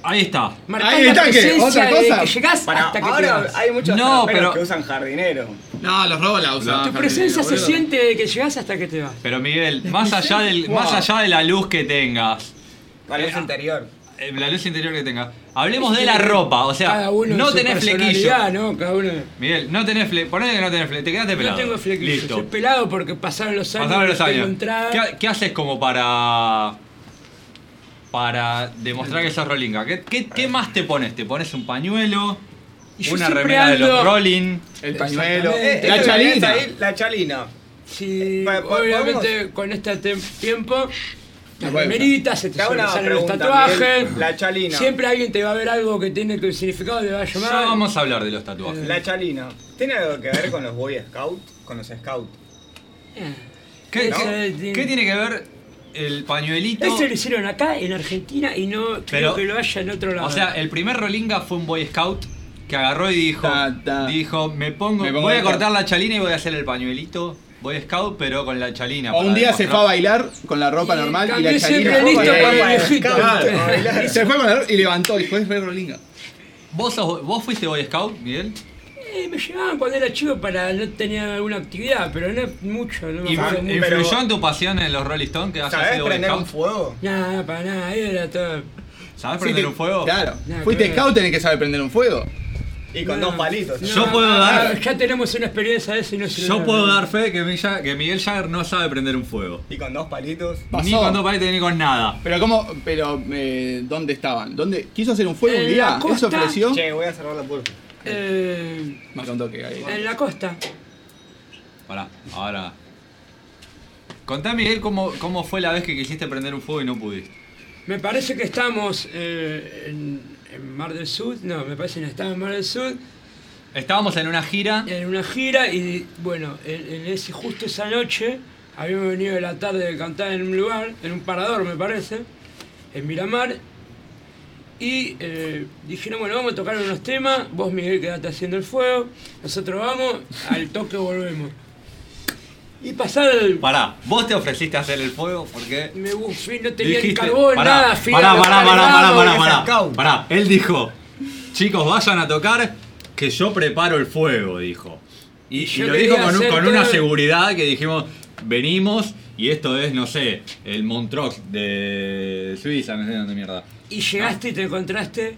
Speaker 3: Ahí está.
Speaker 2: Marcás
Speaker 1: Ahí
Speaker 2: la
Speaker 1: está, ¿qué?
Speaker 2: presencia
Speaker 1: ¿Otra
Speaker 2: de
Speaker 1: cosa?
Speaker 2: que llegás
Speaker 5: Pará,
Speaker 2: hasta que te
Speaker 5: ahora
Speaker 2: vas.
Speaker 5: hay muchos
Speaker 3: No,
Speaker 5: raperos
Speaker 3: pero-
Speaker 5: que usan jardinero.
Speaker 1: No, los robos la
Speaker 3: Ah,
Speaker 1: usaban.
Speaker 2: Tu
Speaker 1: Harry,
Speaker 2: presencia se
Speaker 1: boludo.
Speaker 2: siente de que llegás hasta que te vas.
Speaker 3: Pero Miguel, más allá, del, más allá de la luz que tengas,
Speaker 5: La luz interior.
Speaker 3: eh, la luz interior que tengas, hablemos de la ropa. O sea,
Speaker 2: Cada uno
Speaker 3: no
Speaker 2: en su
Speaker 3: tenés flequillo.
Speaker 2: personalidad, ¿no? Cada uno.
Speaker 3: Miguel, no tenés flequillo. Ponele que no tenés flequillo. Te quedaste
Speaker 2: Yo
Speaker 3: pelado.
Speaker 2: tengo flequillo. Soy
Speaker 3: Listo.
Speaker 2: pelado porque pasaron los años.
Speaker 3: Pasaron los
Speaker 2: no tengo
Speaker 3: años.
Speaker 2: entrada.
Speaker 3: ¿Qué, qué haces como para. para demostrar que sos Rollinga? ¿Qué, qué, qué más te pones? ¿Te pones un pañuelo?
Speaker 2: Y yo
Speaker 3: ¿Una
Speaker 2: siempre
Speaker 3: remera de los
Speaker 2: ando-
Speaker 3: Rolling?
Speaker 1: El pañuelo.
Speaker 2: Exactamente.
Speaker 1: la
Speaker 5: Eh,
Speaker 1: chalina.
Speaker 5: ahí, La chalina.
Speaker 2: Sí,
Speaker 5: Eh, po-
Speaker 2: obviamente con este tem- tiempo. Las
Speaker 1: Bueno.
Speaker 2: remeritas, se te
Speaker 5: Te hago una
Speaker 2: salen los
Speaker 5: pregunta,
Speaker 2: tatuajes.
Speaker 5: Miguel. La chalina.
Speaker 2: Siempre alguien te va a ver algo que tiene que un significado, te va a
Speaker 3: Ya
Speaker 2: llamar.
Speaker 3: vamos a hablar de los tatuajes.
Speaker 5: La chalina. ¿Tiene algo que ver con los Boy Scouts? Con los Scouts.
Speaker 2: Eh,
Speaker 3: ¿Qué,
Speaker 2: ¿no?
Speaker 3: qué- qué tiene que ver el pañuelito?
Speaker 2: Eso lo hicieron acá, en Argentina, y no
Speaker 3: Pero-
Speaker 2: creo que lo haya en otro lado.
Speaker 3: O sea, el primer Rolinga fue un Boy Scout que agarró y dijo,
Speaker 1: Ta, ta.
Speaker 3: dijo, me pongo,
Speaker 1: Me pongo
Speaker 3: voy a
Speaker 1: el-
Speaker 3: cortar la chalina y voy a hacer el pañuelito Boy Scout, pero con la chalina.
Speaker 1: O un
Speaker 3: para
Speaker 1: día se fue a
Speaker 3: demostrar".
Speaker 1: bailar con la ropa
Speaker 2: Y
Speaker 1: normal y la
Speaker 2: Eh, cambié siempre
Speaker 1: chalina.
Speaker 2: listo
Speaker 1: Eh,
Speaker 2: para
Speaker 1: eh,
Speaker 2: el viejito.
Speaker 1: claro, a bailar. Y [laughs] se fue con la ropa y levantó y fue re rolinga.
Speaker 3: ¿Vos, sos- ¿Vos fuiste Boy Scout, Miguel?
Speaker 2: Eh, me llevaban cuando era chico para no tener alguna actividad, pero no mucho, no me
Speaker 3: ¿Y
Speaker 2: acuerdo mucho.
Speaker 3: ¿Influyó en tu pasión en los Rolling Stones que has
Speaker 5: ¿Sabés
Speaker 3: sido Ah, Boy
Speaker 5: prender un
Speaker 3: Scout?
Speaker 5: fuego?
Speaker 2: Nada, para nada, era todo.
Speaker 3: ¿Sabés
Speaker 1: Sí,
Speaker 3: Ah, prender
Speaker 1: te-
Speaker 3: un fuego?
Speaker 1: Claro.
Speaker 2: Nada,
Speaker 1: Fuiste
Speaker 2: claro.
Speaker 1: scout, tenés que saber prender un fuego.
Speaker 5: Y con
Speaker 2: No.
Speaker 5: dos palitos.
Speaker 2: No,
Speaker 3: Yo puedo dar-
Speaker 2: Ya tenemos una experiencia de eso y no se lo
Speaker 3: Yo
Speaker 2: da.
Speaker 3: puedo dar fe que, Milla- que Miguel Jagger no sabe prender un fuego.
Speaker 5: Y con dos palitos.
Speaker 3: Ni
Speaker 1: Pasó.
Speaker 3: con dos paletes ni con nada.
Speaker 1: Pero cómo, pero eh, ¿dónde estaban? ¿Dónde quiso hacer un fuego
Speaker 2: En
Speaker 1: un
Speaker 2: la
Speaker 1: día?
Speaker 2: costa.
Speaker 1: Eso ofreció.
Speaker 5: Che, voy a cerrar la puerta.
Speaker 2: Eh,
Speaker 1: Me contó que Gabriel.
Speaker 2: en la costa.
Speaker 3: Pará, ahora. Contá, Miguel, cómo, cómo fue la vez que quisiste prender un fuego y no pudiste.
Speaker 2: Me parece que estamos eh, en, en Mar del Sur, no, me parece que no estamos en Mar del Sur,
Speaker 3: Estábamos en una gira.
Speaker 2: en una gira y bueno, en, en ese, justo esa noche habíamos venido de la tarde de cantar en un lugar, en un parador me parece, en Miramar, y eh, dijeron, bueno, vamos a tocar unos temas, vos Miguel quedate haciendo el fuego, nosotros vamos, al toque volvemos. Y pasar el...
Speaker 3: Pará, vos te ofreciste a hacer el fuego porque.
Speaker 2: Me bufé, no tenía ni
Speaker 3: dijiste,
Speaker 2: carbón, nada, fui a
Speaker 3: pará,
Speaker 2: los
Speaker 3: pará, pará, pará,
Speaker 2: cargados,
Speaker 3: pará,
Speaker 2: que
Speaker 3: pará,
Speaker 2: sacau.
Speaker 3: pará. Él dijo, chicos, vayan a tocar que yo preparo el fuego, dijo. Y, y
Speaker 2: Yo
Speaker 3: lo
Speaker 2: quería
Speaker 3: dijo con, un-
Speaker 2: hacer
Speaker 3: con una
Speaker 2: todo-
Speaker 3: seguridad que dijimos, venimos y esto es, no sé, el Montrox de Suiza, no sé dónde mierda.
Speaker 2: Y llegaste y te encontraste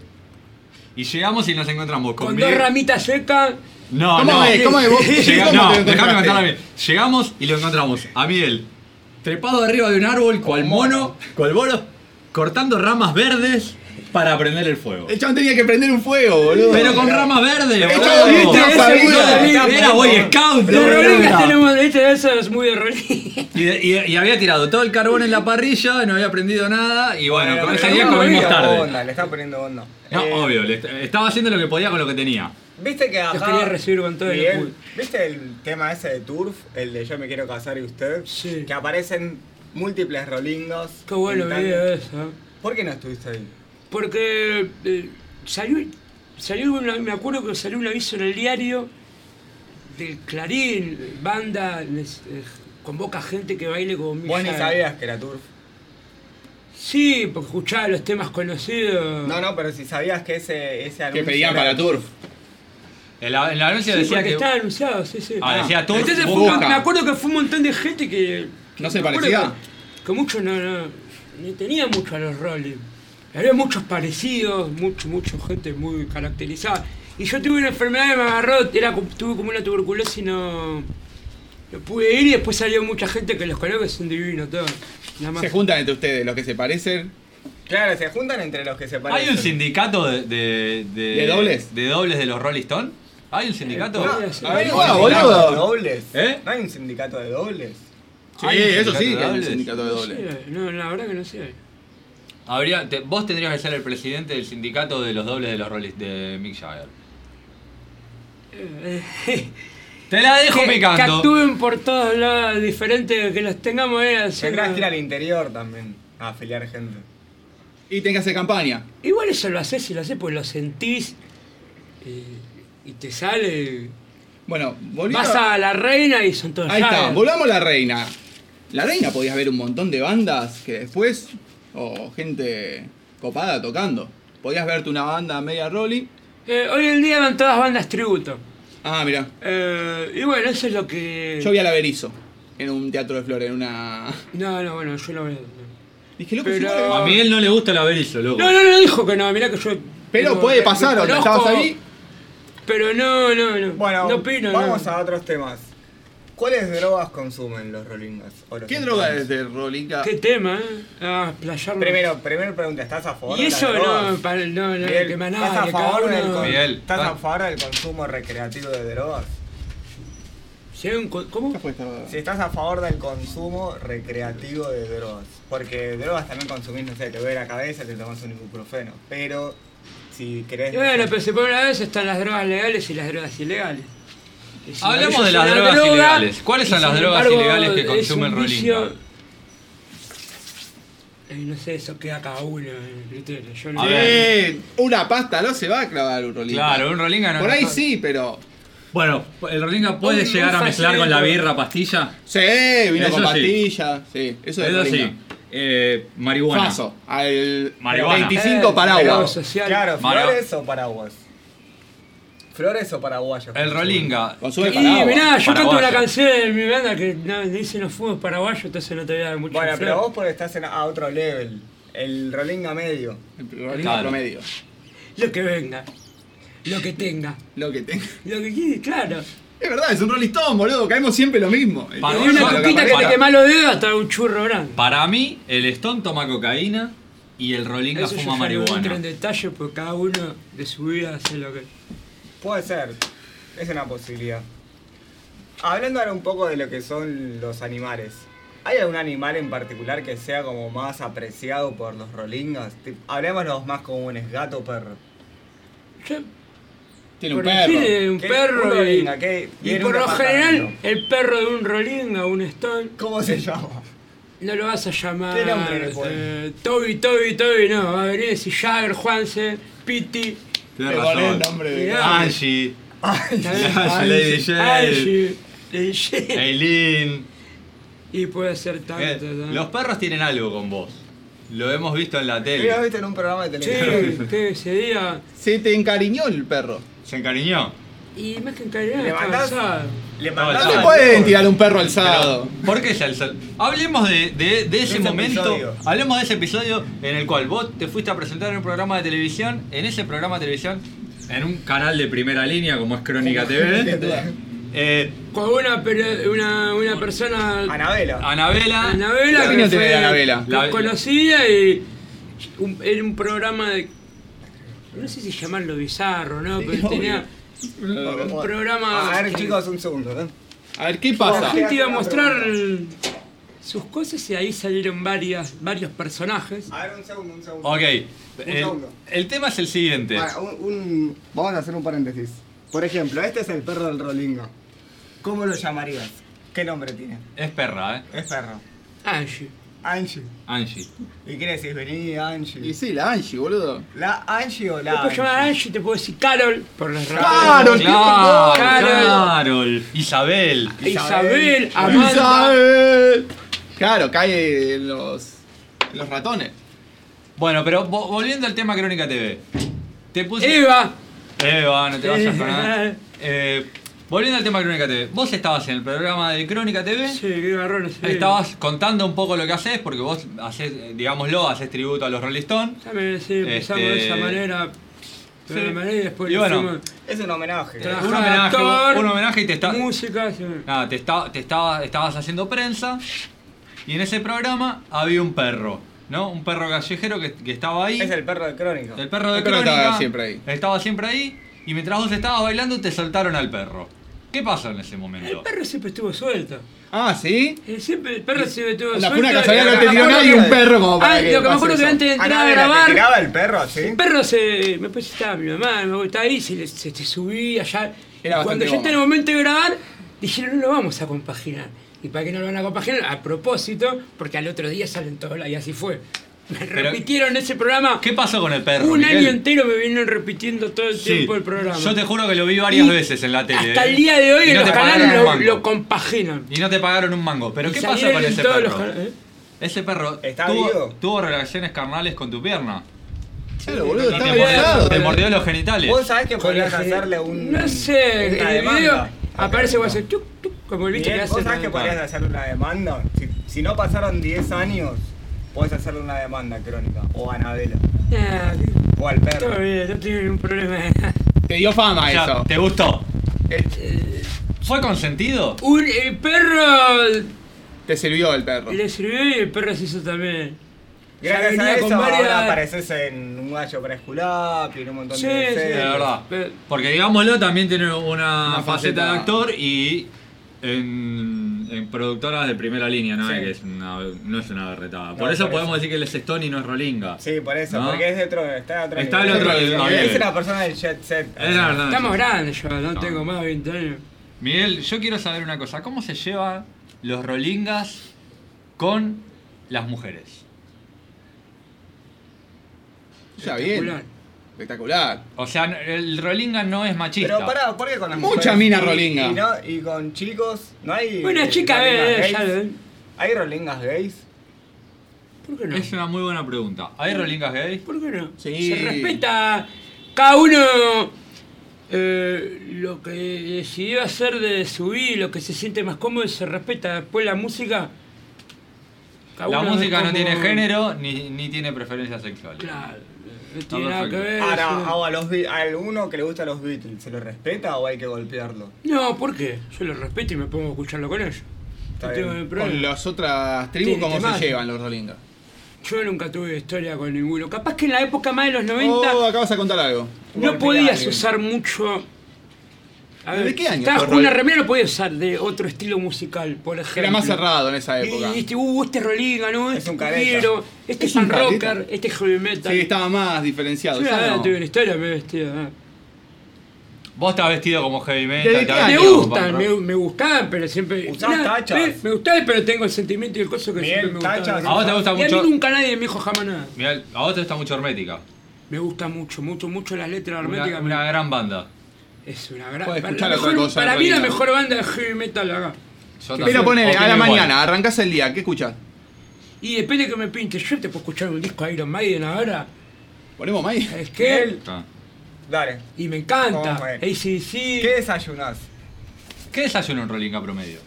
Speaker 3: Y llegamos y nos encontramos con,
Speaker 2: con
Speaker 3: Miguel-
Speaker 2: dos ramitas secas.
Speaker 3: No,
Speaker 1: ¿Cómo
Speaker 3: no.
Speaker 1: es? ¿Cómo es? ¿Vos-
Speaker 3: Llega-
Speaker 1: cómo
Speaker 3: no,
Speaker 1: te encontraste?
Speaker 3: dejame contar a Miguel. Llegamos y lo encontramos. A Miguel, trepado arriba de un árbol,
Speaker 1: Oh.
Speaker 3: cual mono, cual mono, cortando ramas verdes para prender el fuego.
Speaker 1: El chabón tenía que prender un fuego, boludo.
Speaker 3: Pero con ramas verdes,
Speaker 1: Esto
Speaker 3: boludo.
Speaker 1: lo viste,
Speaker 3: Era-
Speaker 1: esa vida.
Speaker 3: Era Boy Scout,
Speaker 2: De
Speaker 3: boludo.
Speaker 2: Rodríguez tenemos, viste, eso es muy de Rodríguez.
Speaker 3: Y, y- y había tirado todo el carbón en la parrilla, no había prendido nada. Y bueno,
Speaker 5: Bueno,
Speaker 3: con
Speaker 5: le
Speaker 3: esa
Speaker 5: está
Speaker 3: idea comimos
Speaker 5: poniendo
Speaker 3: tarde.
Speaker 1: Eh.
Speaker 5: Onda, le está poniendo onda.
Speaker 3: No,
Speaker 5: Eh,
Speaker 3: obvio, le- estaba haciendo lo que podía con lo que tenía.
Speaker 5: Viste que acá.
Speaker 2: Los quería recibir con todo el
Speaker 5: Miguel,
Speaker 2: culo.
Speaker 5: ¿Viste el tema ese de Turf? El de Yo me quiero casar y usted.
Speaker 2: Sí.
Speaker 5: Que aparecen múltiples rolingos.
Speaker 2: Qué bueno eh.
Speaker 5: Tan-
Speaker 2: video eso.
Speaker 5: ¿Por qué no estuviste ahí?
Speaker 2: Porque eh, salió, salió una- me acuerdo que salió un aviso en el diario del Clarín, banda, les- eh, convoca gente que baile con
Speaker 5: Vos ni sabías que era Turf.
Speaker 2: Sí, porque escuchaba los temas conocidos.
Speaker 5: No, no, pero si sabías que ese, ese
Speaker 1: que
Speaker 5: anuncio
Speaker 1: pedían
Speaker 5: era-
Speaker 1: para Turf.
Speaker 3: En la, en la anuncio
Speaker 2: Sí,
Speaker 3: decía
Speaker 2: porque
Speaker 3: que.
Speaker 2: estaba anunciado, sí, sí.
Speaker 3: Ah, decía tú.
Speaker 2: Entonces fue
Speaker 1: Boca.
Speaker 2: un- me acuerdo que fue un montón de gente que. que
Speaker 1: No se
Speaker 2: me acuerdo
Speaker 1: parecía.
Speaker 2: Que, que muchos no, no, no tenía mucho a los Rolling. Había muchos parecidos, mucho, mucho gente muy caracterizada. Y yo tuve una enfermedad que me agarró, era, como- tuve como una tuberculosis y no. No pude ir y después salió mucha gente que los conozco que son divinos todos. Nada más.
Speaker 1: Se juntan entre ustedes los que se parecen.
Speaker 5: Claro, se juntan entre los que se
Speaker 3: ¿Hay
Speaker 5: parecen.
Speaker 3: un sindicato de, de,
Speaker 1: ¿De dobles?
Speaker 3: ¿De dobles de los Rolling Stones? ¿Hay un sindicato?
Speaker 2: Eh, podría ser.
Speaker 5: ¿No hay un
Speaker 1: Ah,
Speaker 5: sindicato
Speaker 1: boludo.
Speaker 5: de dobles?
Speaker 3: ¿Eh?
Speaker 5: ¿No hay un sindicato de dobles?
Speaker 1: Sí,
Speaker 3: ¿Hay un
Speaker 1: eso sí,
Speaker 3: sindicato
Speaker 1: que
Speaker 3: de
Speaker 1: hay un
Speaker 3: dobles?
Speaker 1: sindicato de
Speaker 2: No
Speaker 1: dobles.
Speaker 2: sé, Eh, no, la verdad que no sé.
Speaker 3: Habría, te- vos tendrías que ser el presidente del sindicato de los dobles de los Rolling de Mick Jagger.
Speaker 2: Eh, eh.
Speaker 3: Te la dejo
Speaker 2: que, Eh, [laughs] que
Speaker 3: picando.
Speaker 2: actúen por todos lados diferentes, que los tengamos eh, ahí haciendo-
Speaker 5: Tendrás que ir al interior también a afiliar gente.
Speaker 1: Y tenés que hacer campaña.
Speaker 2: Igual eso lo haces y lo haces porque lo sentís eh, y te sale.
Speaker 1: Bueno, volviendo.
Speaker 2: Vas a la reina y son todos
Speaker 1: Ahí está,
Speaker 2: llaves.
Speaker 1: volvamos a la reina. La reina podías ver un montón de bandas que después. O gente copada tocando. Podías verte una banda media rolly.
Speaker 2: Eh, Hoy en día van todas bandas tributo.
Speaker 1: Ah, mira.
Speaker 2: Eh, y bueno, eso es lo que.
Speaker 1: Yo vi a la Berizo en un teatro de flores, en una.
Speaker 2: No, no, bueno, yo no. no.
Speaker 1: Dije, loco,
Speaker 2: Pero-
Speaker 1: si no
Speaker 3: A
Speaker 1: lo-
Speaker 3: Miguel no le gusta la berizo, loco.
Speaker 2: No, no, no dijo que no, mirá que yo.
Speaker 1: Pero
Speaker 2: no,
Speaker 1: puede
Speaker 2: me-
Speaker 1: pasar,
Speaker 2: me
Speaker 1: onda,
Speaker 2: conozco,
Speaker 1: estabas ahí.
Speaker 2: Pero no, no, no.
Speaker 5: Bueno,
Speaker 2: no opino,
Speaker 5: vamos
Speaker 2: no.
Speaker 5: a otros temas. ¿Cuáles drogas consumen los rolingas? o los
Speaker 1: ¿Qué
Speaker 5: Stones?
Speaker 1: droga es de Rolica?
Speaker 2: Qué tema, ¿eh? Ah, playarnos.
Speaker 5: Primero, primero pregunta, ¿estás a favor
Speaker 2: Y
Speaker 5: de las
Speaker 2: eso
Speaker 5: drogas?
Speaker 2: no, pa- no, no,
Speaker 5: Miguel,
Speaker 2: que más
Speaker 5: ¿Estás
Speaker 2: nada,
Speaker 5: a
Speaker 2: que cada
Speaker 5: favor del
Speaker 2: uno.
Speaker 5: con-
Speaker 3: Miguel,
Speaker 5: ¿Estás
Speaker 3: está-
Speaker 5: a favor del consumo recreativo de drogas?
Speaker 2: Si hay un co- ¿Cómo?
Speaker 1: ¿Qué fue esta droga?
Speaker 5: Si estás a favor del consumo recreativo de drogas, porque drogas también consumís, no sé, te duele la cabeza, te tomas un ibuprofeno, pero si querés...
Speaker 2: Y bueno, pero se pone una vez están las drogas legales y las drogas ilegales. Y sin
Speaker 3: Hablemos
Speaker 2: embargo,
Speaker 3: de
Speaker 2: es
Speaker 3: las
Speaker 2: una
Speaker 3: drogas
Speaker 2: droga,
Speaker 3: ilegales. ¿Cuáles
Speaker 2: y
Speaker 3: son las
Speaker 2: sin
Speaker 3: drogas
Speaker 2: embargo,
Speaker 3: ilegales que
Speaker 2: es
Speaker 3: consume
Speaker 2: un
Speaker 3: el
Speaker 2: vicio-
Speaker 3: Rolinga?
Speaker 2: Eh, no sé, eso queda cada uno. eh, criterio, yo no-
Speaker 3: A ver.
Speaker 1: Eh, una pasta no se va a clavar un Rolica.
Speaker 3: Claro, un Rolinga no.
Speaker 1: Por ahí
Speaker 3: no-
Speaker 1: sí, pero.
Speaker 3: Bueno, ¿el Rolinga puede
Speaker 2: Un- un
Speaker 3: llegar a mezclar con la
Speaker 2: facilito.
Speaker 3: birra pastilla?
Speaker 1: Sí, vino
Speaker 3: Eso
Speaker 1: con
Speaker 3: sí.
Speaker 1: pastillas. Sí, eso es
Speaker 3: Eso
Speaker 1: Rolinga.
Speaker 3: sí. Eh, marihuana.
Speaker 1: Paso. Al
Speaker 3: Marihuana.
Speaker 1: 25
Speaker 2: Eh, droga
Speaker 1: paraguas.
Speaker 2: social.
Speaker 5: Claro,
Speaker 3: Mario.
Speaker 5: ¿flores o paraguas? ¿Flores o paraguayos?
Speaker 3: El Rolinga.
Speaker 1: Consume
Speaker 2: Y
Speaker 1: paraguas.
Speaker 2: mirá, yo canto
Speaker 3: Paraguayo.
Speaker 2: una canción de mi banda que no, dice no fuimos paraguayos, entonces no te voy a dar mucho
Speaker 5: Bueno,
Speaker 2: flor.
Speaker 5: pero vos porque estás en, a otro level, el Rolinga medio.
Speaker 1: El Rolinga
Speaker 3: Claro.
Speaker 1: promedio.
Speaker 2: Lo que venga, lo que tenga,
Speaker 1: Lo que tenga.
Speaker 2: lo que quiera, claro.
Speaker 1: Es verdad, es un rolistón, boludo. Caemos siempre lo mismo.
Speaker 3: Para
Speaker 2: Te
Speaker 1: El-
Speaker 2: doy una
Speaker 3: vos,
Speaker 1: lo
Speaker 2: coquita
Speaker 1: aparece-
Speaker 2: que te
Speaker 3: para-
Speaker 2: quema los dedos hasta un churro grande.
Speaker 3: Para mí, el Stone toma cocaína y el Rolinga
Speaker 2: Eso yo
Speaker 3: fuma
Speaker 2: ya no entro en
Speaker 3: marihuana.
Speaker 2: detalle porque cada uno de su vida hace lo que.
Speaker 5: Puede ser, es una posibilidad. Hablando ahora un poco de lo que son los animales. ¿Hay algún animal en particular que sea como más apreciado por los rolingas? Tip- Hablemos los más comunes, gato, perro.
Speaker 2: Yo,
Speaker 1: Tiene un
Speaker 2: por decir,
Speaker 1: perro.
Speaker 2: eh, un
Speaker 5: ¿Qué-
Speaker 2: perro
Speaker 5: un
Speaker 2: y-
Speaker 5: rolinga, qué-
Speaker 2: y,
Speaker 5: viene
Speaker 2: por
Speaker 5: un
Speaker 2: lo general,
Speaker 5: departamento.
Speaker 2: el perro de un rolinga o un stone
Speaker 5: ¿Cómo se llama? [laughs]
Speaker 2: no lo vas a llamar.
Speaker 5: ¿Qué nombre le pone?
Speaker 2: eh, Toby, Toby, Toby, no. Va a venir a decir Jagger, Juanse,
Speaker 3: [laughs]
Speaker 2: Piti.
Speaker 1: Le
Speaker 3: Tienes
Speaker 1: poné el
Speaker 3: razón.
Speaker 1: nombre de-
Speaker 2: Mirá.
Speaker 3: Angie, Lady Jane,
Speaker 2: Angie, Lady Jane.
Speaker 3: Eileen.
Speaker 2: Y puede ser tanto.
Speaker 3: Eh,
Speaker 2: tanto.
Speaker 3: Los perros tienen algo con vos. Lo hemos visto en la
Speaker 5: Yo lo
Speaker 3: tele.
Speaker 5: viste en un programa de televisión.
Speaker 2: Sí, que ese día.
Speaker 1: Se te encariñó el perro.
Speaker 3: Se encariñó.
Speaker 2: Y más que en calidad,
Speaker 5: Levantás- Le mandás
Speaker 1: No
Speaker 3: Ah,
Speaker 1: se
Speaker 5: al-
Speaker 1: pueden tirar un perro alzado.
Speaker 3: Pero, ¿Por qué se alzó? Hablemos de, de- de ese
Speaker 5: ese
Speaker 3: momento.
Speaker 5: episodio.
Speaker 3: Hablemos de ese episodio en el cual vos te fuiste a presentar en un programa de televisión. En ese programa de televisión. En un canal de primera línea como es Crónica TV. eh,
Speaker 2: Con una, pere- una, una persona.
Speaker 5: Anabela.
Speaker 3: Anabela.
Speaker 2: Anabela.
Speaker 1: ¿Qué
Speaker 2: que
Speaker 1: opinión
Speaker 2: fue
Speaker 1: tiene de Anabela?
Speaker 3: La-
Speaker 2: Conocida y. un- era un programa de. No sé si llamarlo bizarro, ¿no?
Speaker 1: Sí,
Speaker 2: Pero tenía
Speaker 1: obvio.
Speaker 2: un programa.
Speaker 5: A ver,
Speaker 2: que
Speaker 5: chicos, un segundo. ¿eh?
Speaker 1: A ver, ¿qué
Speaker 2: La
Speaker 1: pasa?
Speaker 2: gente iba a mostrar sus cosas y ahí salieron varias, varios personajes.
Speaker 5: A ver, un segundo, un segundo.
Speaker 3: Ok. El,
Speaker 5: segundo.
Speaker 3: el tema es el siguiente.
Speaker 5: Para, un- un- vamos a hacer un paréntesis. Por ejemplo, este es el perro del Rolinga. ¿Cómo lo llamarías? ¿Qué nombre tiene?
Speaker 3: Es perra, ¿eh?
Speaker 5: Es perro.
Speaker 2: Angie.
Speaker 5: Angie.
Speaker 3: Angie.
Speaker 5: ¿Y qué le decís? Vení,
Speaker 1: Y
Speaker 5: Angie.
Speaker 1: sí, la Angie, boludo.
Speaker 5: ¿La Angie o
Speaker 2: Te
Speaker 5: la
Speaker 2: puedo
Speaker 5: Angie?
Speaker 2: llamar a Angie, te puedo decir Carol por las ramas.
Speaker 1: Claro,
Speaker 3: Claro,
Speaker 2: Carol.
Speaker 3: Carol. Isabel.
Speaker 2: Isabel,
Speaker 5: Isabel,
Speaker 2: Amanda.
Speaker 1: Isabel. Claro, cae en los, en los ratones.
Speaker 3: Bueno, pero vo- volviendo al tema Crónica TV. Te puse.
Speaker 2: Eva.
Speaker 3: Eva, no te vayas con nada.
Speaker 2: Eh.
Speaker 3: Eh, volviendo al tema Crónica TV. Vos estabas en el programa de Crónica TV.
Speaker 2: Sí, qué garrón ese día.
Speaker 3: Estabas contando un poco lo que haces, porque vos haces, eh, digámoslo, haces tributo a los Rolling Stones.
Speaker 2: Ya me sí, empezamos
Speaker 3: Este-
Speaker 2: de esa manera.
Speaker 3: Sí.
Speaker 2: De una manera y después
Speaker 3: Y
Speaker 2: lo
Speaker 3: bueno,
Speaker 2: hicimos.
Speaker 5: Es un homenaje.
Speaker 2: Claro.
Speaker 3: Un
Speaker 2: Ajá,
Speaker 3: homenaje,
Speaker 2: actor,
Speaker 3: un homenaje y te está.
Speaker 2: música. sí.
Speaker 3: Nada, te, esta- te estaba, estabas haciendo prensa y en ese programa había un perro, ¿no? Un perro callejero que, que estaba ahí.
Speaker 5: Es el perro de Crónica.
Speaker 3: El perro de
Speaker 1: El perro
Speaker 3: Crónica
Speaker 1: estaba siempre ahí.
Speaker 3: Estaba siempre ahí y mientras vos estabas bailando te soltaron al perro. ¿Qué pasó en ese
Speaker 2: El
Speaker 3: momento?
Speaker 2: perro siempre estuvo suelto.
Speaker 1: Ah, ¿sí.
Speaker 2: Eh, Siempre, el perro siempre estuvo
Speaker 1: La
Speaker 2: suelto.
Speaker 1: pura casualidad
Speaker 2: Lo
Speaker 1: no
Speaker 2: que
Speaker 1: te
Speaker 2: me
Speaker 1: tiró
Speaker 2: acuerdo
Speaker 1: nadie
Speaker 2: que-
Speaker 1: un perro como para
Speaker 2: Ah,
Speaker 1: que
Speaker 2: lo que me
Speaker 1: pase
Speaker 2: acuerdo que
Speaker 1: eso.
Speaker 2: antes de entrar a
Speaker 5: Anabela, ¿Te
Speaker 2: grabar.
Speaker 5: tiraba el perro así?
Speaker 2: El perro se. Me parece que estaba mi mamá, mi abuelo, estaba ahí, se, le- se, se subía ya.
Speaker 1: Era
Speaker 2: Y Cuando
Speaker 1: bastante
Speaker 2: yo estaba en el
Speaker 1: goma.
Speaker 2: momento de grabar, dijeron no lo vamos a compaginar. ¿Y para qué no lo van a compaginar? A propósito, porque al otro día salen todos lados, y así fue. Me
Speaker 3: Pero-
Speaker 2: repitieron ese programa.
Speaker 3: ¿Qué pasó con el perro?
Speaker 2: Un
Speaker 3: Miguel?
Speaker 2: año entero me vinieron repitiendo todo el
Speaker 3: Sí.
Speaker 2: tiempo el programa.
Speaker 3: Yo te juro que lo vi varias
Speaker 2: Y
Speaker 3: veces en la tele.
Speaker 2: Hasta
Speaker 3: ¿eh?
Speaker 2: el día de hoy
Speaker 3: Y
Speaker 2: en
Speaker 3: no
Speaker 2: los
Speaker 3: te pagaron
Speaker 2: canales
Speaker 3: un
Speaker 2: lo,
Speaker 3: mango.
Speaker 2: lo compaginan.
Speaker 3: Y no te pagaron un mango. ¿Pero
Speaker 2: Y
Speaker 3: qué pasó
Speaker 2: salieron
Speaker 3: con
Speaker 2: en
Speaker 3: ese
Speaker 2: todos los
Speaker 3: perro?
Speaker 2: can- ¿eh?
Speaker 3: Ese perro
Speaker 5: ¿Está
Speaker 3: tuvo,
Speaker 5: vivo?
Speaker 3: tuvo relaciones carnales con tu pierna.
Speaker 1: Claro, boludo,
Speaker 3: Te
Speaker 1: estaba
Speaker 2: bien,
Speaker 1: mojado.
Speaker 3: mordió- Te mordió los genitales.
Speaker 5: Vos sabés que
Speaker 2: Con
Speaker 5: podrías
Speaker 2: la gen-
Speaker 5: hacerle un.
Speaker 2: No sé, en
Speaker 5: una
Speaker 2: el video
Speaker 5: demanda.
Speaker 2: aparece vos hace tuc, tuc, como el bicho que
Speaker 5: Miguel,
Speaker 2: hace.
Speaker 5: ¿Vos sabés que
Speaker 3: demanda.
Speaker 5: podrías hacerle una demanda? Si, si no pasaron 10 años, podés hacerle una demanda crónica. O a Anabela.
Speaker 2: Ah,
Speaker 5: O al
Speaker 2: Todo
Speaker 5: perro.
Speaker 2: bien, no tiene ningún problema. [laughs]
Speaker 1: Te dio fama
Speaker 3: O sea,
Speaker 1: eso.
Speaker 3: ¿Te gustó?
Speaker 1: Eh,
Speaker 3: ¿Fue consentido?
Speaker 2: Un, el perro
Speaker 1: Te sirvió el perro.
Speaker 2: le sirvió y el perro se hizo también. Ya
Speaker 5: Gracias a
Speaker 2: venía
Speaker 5: eso
Speaker 2: con varias-
Speaker 5: ahora apareces en un gallo para esculapio, en un montón
Speaker 2: Sí,
Speaker 5: de
Speaker 2: sí.
Speaker 5: series.
Speaker 3: De verdad.
Speaker 2: Pero-
Speaker 3: Porque digámoslo, también tiene una,
Speaker 1: Una
Speaker 3: faceta de
Speaker 1: faceta.
Speaker 3: actor y en, en productoras de primera línea, ¿no?
Speaker 5: Sí.
Speaker 3: Que es una- no es una berretada.
Speaker 5: No,
Speaker 3: por eso
Speaker 5: por
Speaker 3: podemos decir que él es Stone y no es Rolinga.
Speaker 5: Sí, por eso,
Speaker 3: ¿No?
Speaker 5: porque es de otro, está de otro
Speaker 3: Está
Speaker 5: nivel.
Speaker 1: del otro
Speaker 3: nivel.
Speaker 5: Es la persona del jet set.
Speaker 3: Es la verdad.
Speaker 2: Estamos grandes yo, no,
Speaker 3: No.
Speaker 2: tengo más de 20 años.
Speaker 3: Miguel, yo quiero saber una cosa. ¿Cómo se llevan los Rolingas con las mujeres?
Speaker 1: Ya bien. Espectacular.
Speaker 3: O sea, el Rolinga no es machista.
Speaker 5: Pero pará, ¿por qué con las
Speaker 1: Mucha
Speaker 5: mujeres?
Speaker 1: mina
Speaker 5: Y-
Speaker 1: rolinga.
Speaker 5: Y, no- y con chicos, no hay.
Speaker 2: Bueno, chica,
Speaker 5: rolingas
Speaker 2: ve,
Speaker 5: gays?
Speaker 2: ya lo ven.
Speaker 5: ¿Hay rolingas gays?
Speaker 2: ¿Por qué no?
Speaker 3: Es una muy buena pregunta. ¿Hay Rolingas gay?
Speaker 2: ¿Por qué no?
Speaker 1: Sí.
Speaker 2: Se respeta cada uno eh, lo que decidió hacer de su vida, lo que se siente más cómodo y se respeta. Después la música. cada
Speaker 3: La
Speaker 2: uno
Speaker 3: música
Speaker 2: es
Speaker 3: no
Speaker 2: como-
Speaker 3: tiene género ni, ni tiene preferencia sexual.
Speaker 2: Claro, no tiene nada que
Speaker 3: perfecto.
Speaker 2: ver.
Speaker 5: Ahora,
Speaker 2: es una-
Speaker 5: ahora, Ah, a los Be- a alguno que le gusta a los Beatles, ¿se lo respeta o hay que golpearlo?
Speaker 2: No, ¿por qué? Yo lo respeto y me pongo a escucharlo con ellos.
Speaker 5: Está
Speaker 2: No
Speaker 5: bien.
Speaker 2: tengo ningún
Speaker 1: Con
Speaker 2: problema.
Speaker 1: las otras tribus,
Speaker 2: Tiene
Speaker 1: ¿cómo
Speaker 2: temazo.
Speaker 1: se llevan los Rolingas?
Speaker 2: Yo nunca tuve historia con ninguno. Capaz que en la época más de los 90
Speaker 1: Oh, acá vas a contar algo.
Speaker 2: no
Speaker 5: golpear a
Speaker 2: podías
Speaker 5: alguien.
Speaker 2: usar mucho. A
Speaker 1: ¿De qué año
Speaker 2: Estabas
Speaker 1: fue
Speaker 2: con una
Speaker 1: Roy?
Speaker 2: remera, no podías usar de otro estilo musical, por ejemplo.
Speaker 1: Era más cerrado en esa
Speaker 2: Y
Speaker 1: época.
Speaker 2: dijiste, uh, este es Rolinga, ¿no? Este
Speaker 5: un careta.
Speaker 2: rockero, este
Speaker 1: Es
Speaker 2: es
Speaker 1: un
Speaker 2: un
Speaker 1: careta.
Speaker 2: rocker, este es heavy metal.
Speaker 1: Sí, estaba más diferenciado.
Speaker 2: Yo
Speaker 1: ya
Speaker 2: la verdad
Speaker 1: no.
Speaker 2: tuve una historia, me vestía. ah.
Speaker 3: Vos estás vestido como heavy metal.
Speaker 1: ¿Desde
Speaker 3: te
Speaker 1: qué
Speaker 3: has
Speaker 1: año?
Speaker 2: Me
Speaker 3: vestido como
Speaker 2: gustan,
Speaker 3: punk
Speaker 2: me,
Speaker 3: rock.
Speaker 2: me gustaban, pero siempre.
Speaker 5: Usabas
Speaker 2: Mirá,
Speaker 5: tachas.
Speaker 2: eh, Me gustaban, pero tengo el sentimiento y el coso que
Speaker 5: Bien,
Speaker 2: siempre me
Speaker 5: tachas.
Speaker 3: A
Speaker 2: gustaba.
Speaker 3: vos te gusta
Speaker 2: Y a mí
Speaker 3: mucho.
Speaker 2: nunca nadie me dijo jamás nada.
Speaker 3: Mirá, a vos te gusta mucho Hermética.
Speaker 2: Me gusta mucho, mucho, mucho las letras
Speaker 3: Una,
Speaker 2: herméticas.
Speaker 3: una gran banda.
Speaker 2: Es una gran.
Speaker 1: Puedes
Speaker 2: para-
Speaker 1: escuchar
Speaker 2: la
Speaker 1: otra
Speaker 2: mejor-
Speaker 1: cosa,
Speaker 2: para mí la
Speaker 1: Rolina.
Speaker 2: mejor banda de heavy metal acá.
Speaker 3: Yo
Speaker 1: Pero
Speaker 3: también.
Speaker 1: ponele, a
Speaker 3: Opino
Speaker 1: la
Speaker 3: igual.
Speaker 1: mañana, arrancás el día, ¿qué escuchás?
Speaker 2: Y depende que me pinte. Yo te puedo escuchar un disco de Iron Maiden ahora.
Speaker 1: ¿Ponemos maíz?
Speaker 2: ¿Sabes qué?
Speaker 5: Miguel,
Speaker 3: Está.
Speaker 5: dale.
Speaker 2: Y me encanta.
Speaker 5: Oh, bueno.
Speaker 2: ACDC.
Speaker 5: ¿Qué desayunás?
Speaker 3: ¿Qué desayuno un Rolinga promedio?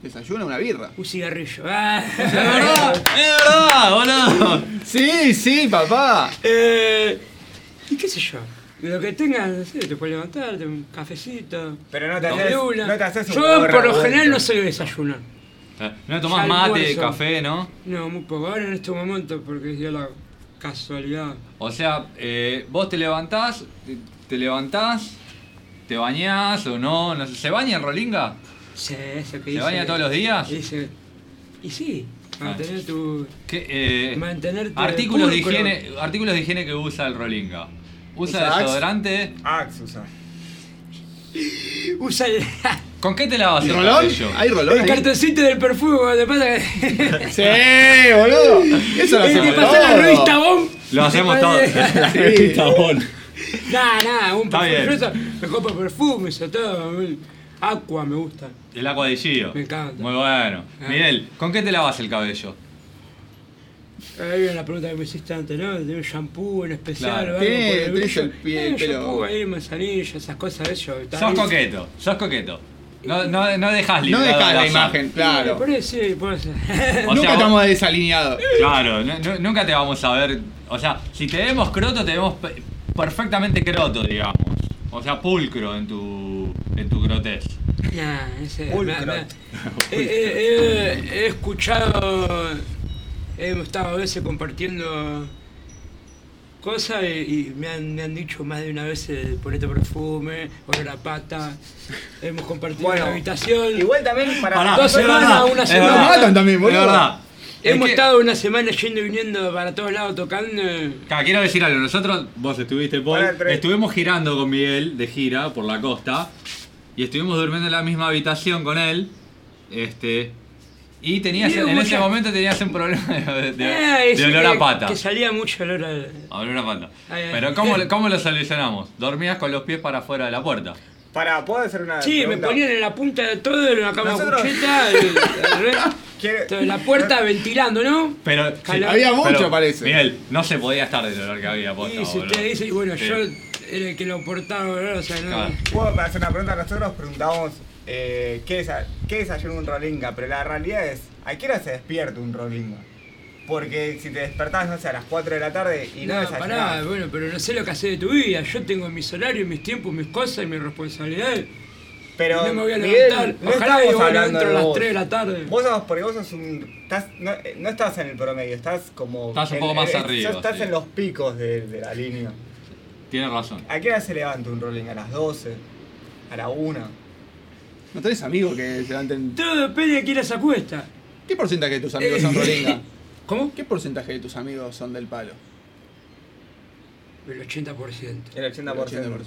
Speaker 1: Desayuno una birra.
Speaker 2: Un
Speaker 5: [laughs]
Speaker 2: cigarrillo. [laughs] Ah.
Speaker 3: ¡Es verdad! [laughs] ¡Es verdad, boludo!
Speaker 1: Sí, sí, papá.
Speaker 2: Eh, y qué sé yo. Lo que tengas, no sé, te puedes levantar, te- un cafecito.
Speaker 5: Pero no te
Speaker 2: una
Speaker 5: haces-
Speaker 2: luna.
Speaker 5: no te haces un
Speaker 2: Yo por lo
Speaker 5: borracho.
Speaker 2: general no soy de desayunar.
Speaker 3: No tomás
Speaker 2: Ya
Speaker 3: mate,
Speaker 2: almuerzo.
Speaker 3: café, ¿no?
Speaker 2: No, muy poco. Ahora en este momento, porque dio la casualidad.
Speaker 3: O sea, eh, vos te levantás, te, te levantás, te bañás o no, no sé, ¿se baña en Rolinga?
Speaker 2: Sí, eso que
Speaker 3: ¿Se baña todos los días? Ah.
Speaker 2: Dice, y sí, mantener tu.
Speaker 3: ¿Qué, eh,
Speaker 2: Mantenerte
Speaker 3: artículos de,
Speaker 2: pulcro.
Speaker 3: higiene, artículos de higiene que usa el Rolinga. Usa
Speaker 1: Usa Axe.
Speaker 3: desodorante.
Speaker 5: Axe usa.
Speaker 2: Usa el, [laughs]
Speaker 3: ¿Con qué te lavas el
Speaker 1: ¿Rolón?
Speaker 3: cabello?
Speaker 1: ¿Hay rolón?
Speaker 2: el
Speaker 1: ahí?
Speaker 2: cartoncito del perfume cuando
Speaker 3: [laughs]
Speaker 2: te pasa que.
Speaker 1: Sí, boludo. Eso lo
Speaker 2: Y te
Speaker 1: hacemos
Speaker 2: pasó la
Speaker 1: todos.
Speaker 2: revista Bomb.
Speaker 3: Lo
Speaker 2: [laughs]
Speaker 3: hacemos todo. [laughs]
Speaker 1: Sí.
Speaker 2: Nada, nada, un
Speaker 3: Está
Speaker 2: perfume.
Speaker 3: bien.
Speaker 2: Yo uso- me compro perfumes, a todo. un- Aqua me gusta.
Speaker 3: El agua de Gio.
Speaker 2: Me encanta.
Speaker 3: Muy bueno.
Speaker 2: Ah.
Speaker 3: Miguel, ¿con qué te lavas el cabello?
Speaker 2: Ahí viene la pregunta que me hiciste antes, ¿no? ¿Tiene un shampoo en especial
Speaker 3: Claro.
Speaker 2: o algo? por
Speaker 1: Tenés- tenés
Speaker 2: el brillo?
Speaker 1: el pie,
Speaker 2: Eh,
Speaker 1: pelo-
Speaker 2: shampoo ahí, manzanilla, esas cosas de ellos. está
Speaker 3: Sos
Speaker 2: ahí.
Speaker 3: coqueto, sos coqueto. No, no, no dejas
Speaker 1: No
Speaker 3: librada
Speaker 1: dejás la
Speaker 3: zona.
Speaker 1: imagen,
Speaker 2: Claro.
Speaker 1: claro.
Speaker 2: Por eso, sí, por eso. [laughs]
Speaker 3: O sea,
Speaker 1: Nunca
Speaker 3: vos-
Speaker 1: estamos desalineados.
Speaker 3: Claro, nu- nu- nunca te vamos a ver. O sea, si te vemos croto, te vemos pe- perfectamente croto, digamos. O sea, pulcro en tu, en tu crotez.
Speaker 2: Nah, ese,
Speaker 5: Pulcro.
Speaker 2: me- me- [laughs] he, he- he- he escuchado, hemos estado a veces compartiendo cosas y, y me, han, me han dicho más de una vez eh, ponete perfume, olor a pata, hemos compartido
Speaker 5: Bueno,
Speaker 2: una habitación,
Speaker 5: Igual también para.
Speaker 3: Pará,
Speaker 2: dos
Speaker 3: es
Speaker 2: semanas,
Speaker 3: verdad,
Speaker 2: una
Speaker 3: es
Speaker 2: semana.
Speaker 3: verdad,
Speaker 1: Nos matan también,
Speaker 3: Es
Speaker 1: boludo.
Speaker 3: verdad. Es
Speaker 2: hemos
Speaker 3: que-
Speaker 2: estado una semana yendo y viniendo para todos lados tocando. eh,
Speaker 3: Ca, Quiero decir algo, nosotros, vos estuviste, Paul,
Speaker 5: Pará, pero-
Speaker 3: estuvimos girando con Miguel de gira por la costa y estuvimos durmiendo en la misma habitación con él. Este. Y tenías,
Speaker 2: Y
Speaker 3: en ese
Speaker 2: mucha-
Speaker 3: momento tenías un problema de, de-
Speaker 2: eh,
Speaker 3: de
Speaker 2: sí
Speaker 3: olor
Speaker 2: que-
Speaker 3: a pata.
Speaker 2: Que salía mucho olor a...
Speaker 3: A olor a pata.
Speaker 2: Ay, ay.
Speaker 3: Pero ¿cómo, lo- ¿cómo lo solucionamos? Dormías con los pies para afuera de la puerta.
Speaker 5: Para, ¿puedo hacer una
Speaker 2: Sí, me
Speaker 5: pregunta?
Speaker 2: ponían en la punta de todo, en la cama
Speaker 5: Ah, Nosotros-
Speaker 2: cucheta, el- el re-
Speaker 5: [laughs] Quiere-
Speaker 2: todo en la puerta ventilando, ¿no?
Speaker 3: Pero sí,
Speaker 2: Calor.
Speaker 1: Había mucho,
Speaker 3: pero,
Speaker 1: parece.
Speaker 3: Miguel, no se podía estar del olor que había posta,
Speaker 2: Y si
Speaker 3: boludo.
Speaker 2: usted dice, y bueno,
Speaker 3: Sí.
Speaker 2: yo era el que lo portaba, boludo, o sea, no.
Speaker 3: Claro.
Speaker 5: Puedo hacer una pregunta, nosotros preguntamos eh, ¿qué, desa- qué desayuna un rolinga, pero la realidad es, ¿a qué hora se despierta un rolinga? Porque si te despertás, no sé, a las 4 de la tarde y no,
Speaker 2: Nada,
Speaker 5: desayunás.
Speaker 2: pará, bueno, pero no sé lo que hace de tu vida. Yo tengo mis horarios, mis tiempos, mis cosas y mis responsabilidades.
Speaker 5: Pero
Speaker 2: no me voy a
Speaker 5: Miguel,
Speaker 2: levantar.
Speaker 5: no
Speaker 2: Ojalá
Speaker 5: estamos
Speaker 2: y bueno,
Speaker 5: hablando
Speaker 2: entro a
Speaker 5: de
Speaker 2: las
Speaker 5: vos.
Speaker 2: 3 de la tarde.
Speaker 5: Vos sos, porque vos sos un. estás- no, eh, no estás en el promedio, estás como.
Speaker 3: Estás un
Speaker 5: en-
Speaker 3: poco más
Speaker 5: eh,
Speaker 3: arriba,
Speaker 5: sos- Estás
Speaker 3: sí.
Speaker 5: en los picos de, de la línea.
Speaker 3: Tiene razón.
Speaker 5: ¿A qué hora se levanta un rolling? ¿A las 12? ¿A la 1?
Speaker 1: ¿No tenés amigos que se levanten?
Speaker 2: Todo depende de quién las acuesta.
Speaker 1: ¿Qué porcentaje de tus amigos son rolinga?
Speaker 2: [laughs] ¿Cómo?
Speaker 1: ¿Qué porcentaje de tus amigos son del palo?
Speaker 2: El 80%.
Speaker 5: El 80%.
Speaker 1: El 80%.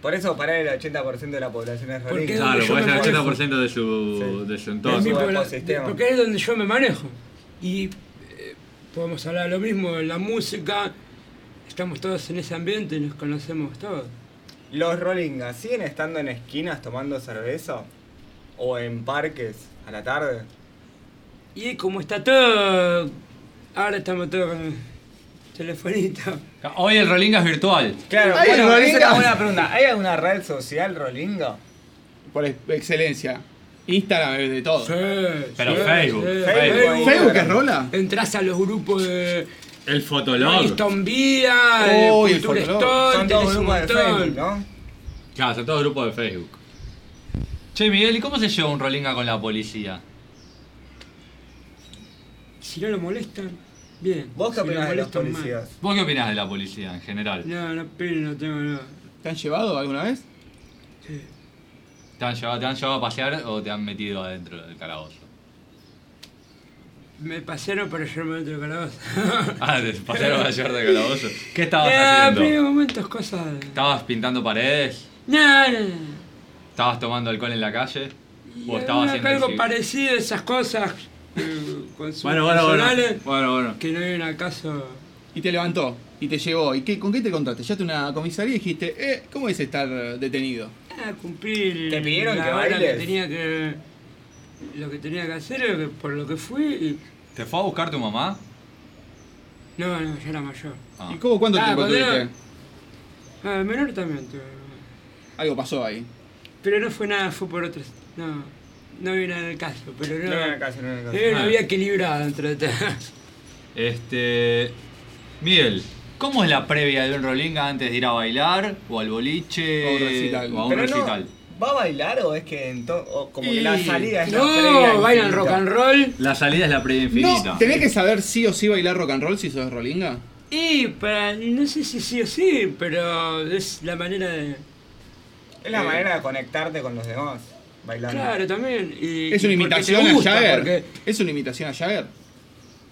Speaker 5: Por eso parar el 80% de la población es
Speaker 2: ¿Por
Speaker 5: rolling.
Speaker 2: qué?
Speaker 3: Claro,
Speaker 2: Yo
Speaker 3: porque es
Speaker 2: me
Speaker 3: el
Speaker 2: manejo.
Speaker 3: 80% de su,
Speaker 5: Sí.
Speaker 3: de su
Speaker 2: Es mi
Speaker 3: entorno.
Speaker 5: Todo
Speaker 2: pobla-
Speaker 5: ecosistema.
Speaker 2: porque es donde yo me manejo. Y eh, podemos hablar de lo mismo, en la música. Estamos todos en ese ambiente y nos conocemos todos.
Speaker 5: ¿Los rolingas siguen estando en esquinas tomando cerveza? ¿O en parques a la tarde?
Speaker 2: Y como está todo. Ahora estamos todos con el telefonito.
Speaker 3: Hoy el Rolinga es virtual.
Speaker 5: Claro,
Speaker 1: ¿Hay
Speaker 5: bueno,
Speaker 1: rolingas?
Speaker 5: esa es una buena pregunta. ¿Hay alguna red social rolinga?
Speaker 1: Por ex- excelencia. Instagram es de todo.
Speaker 2: Sí,
Speaker 3: Pero
Speaker 2: sí,
Speaker 3: Facebook,
Speaker 2: sí.
Speaker 5: Facebook.
Speaker 1: ¿Facebook es rola?
Speaker 2: Entras a los grupos de
Speaker 3: El fotolog.
Speaker 2: Livingston Vía,
Speaker 1: Uy,
Speaker 2: de
Speaker 1: el
Speaker 2: Cultura
Speaker 1: Fotolog.
Speaker 2: Stone,
Speaker 5: Son todos
Speaker 2: tenés un
Speaker 5: grupos de Facebook,
Speaker 2: montón.
Speaker 5: ¿no?
Speaker 3: Claro, son todos grupos de Facebook. Che, Miguel, ¿y cómo se lleva un Rolinga con la policía?
Speaker 2: Si no lo molestan, bien.
Speaker 5: ¿Vos
Speaker 2: Si
Speaker 5: qué
Speaker 2: lo
Speaker 5: opinás de los
Speaker 2: molestan, mal.
Speaker 5: policías?
Speaker 3: ¿Vos qué opinás de la policía en general?
Speaker 2: No, no, pero no tengo nada.
Speaker 1: ¿Te han llevado alguna vez?
Speaker 2: Sí.
Speaker 3: ¿Te han, llevado, ¿Te han llevado a pasear o te han metido adentro del calabozo?
Speaker 2: Me pasaron para llevarme dentro del calabozo.
Speaker 3: Ah, te pasearon a llevarte al calabozo. ¿Qué
Speaker 2: [laughs]
Speaker 3: estabas
Speaker 2: Ah, pero en
Speaker 3: haciendo?
Speaker 2: momentos cosas. de-
Speaker 3: ¿Estabas pintando paredes?
Speaker 2: No, no, no.
Speaker 3: ¿Estabas tomando alcohol en la calle?
Speaker 2: Y
Speaker 3: ¿O estabas
Speaker 2: alguna-
Speaker 3: haciendo el
Speaker 2: algo
Speaker 3: civil?
Speaker 2: parecido,
Speaker 3: [laughs]
Speaker 2: esas cosas eh, con sus
Speaker 3: Bueno, bueno, bueno.
Speaker 2: personales
Speaker 3: Bueno, bueno.
Speaker 2: que no vienen al caso.
Speaker 1: Y te levantó, y te llevó. ¿Y qué, con qué te contaste? Llegaste a una comisaría y dijiste, eh, ¿cómo es estar eh, detenido?
Speaker 2: Ah, cumplir
Speaker 5: ¿Te pidieron
Speaker 2: la
Speaker 5: que
Speaker 2: hora
Speaker 5: bailes?
Speaker 2: que tenía que lo que tenía que hacer, lo que- por lo que fui y-
Speaker 3: ¿Te fue a buscar tu mamá?
Speaker 2: no, no, ya era mayor.
Speaker 3: Ah.
Speaker 1: ¿Y cómo, cuánto
Speaker 2: Ah,
Speaker 1: tiempo
Speaker 2: cuando
Speaker 1: tuviste?
Speaker 2: era- Ah, menor también tuve.
Speaker 1: Algo pasó ahí.
Speaker 2: Pero no fue nada, fue por otros. No, no viene al caso, pero no.
Speaker 5: No en el caso, no en el caso.
Speaker 2: Era
Speaker 3: Ah.
Speaker 2: una vía equilibrada entre todas.
Speaker 3: Este. Miguel, ¿cómo es la previa de un Rolinga antes de ir a bailar? ¿O al boliche?
Speaker 1: O a un recital.
Speaker 3: o a un
Speaker 5: Pero no,
Speaker 3: recital?
Speaker 5: ¿Va a bailar o es que en to- o como que
Speaker 1: Y-
Speaker 5: la salida es la previa
Speaker 2: No, bailan
Speaker 5: infinita?
Speaker 2: rock and roll.
Speaker 3: La salida es la previa infinita.
Speaker 1: No, ¿Tenés que saber sí o sí bailar rock and roll si sos rolinga?
Speaker 2: Y para, no sé si sí o sí, pero es la manera de.
Speaker 5: Es la manera de conectarte con los demás. Bailando.
Speaker 2: Claro, también. y-
Speaker 1: Es una
Speaker 2: y porque te
Speaker 1: imitación
Speaker 2: gusta,
Speaker 1: a Jagger.
Speaker 2: porque-
Speaker 1: Es una imitación a Jagger.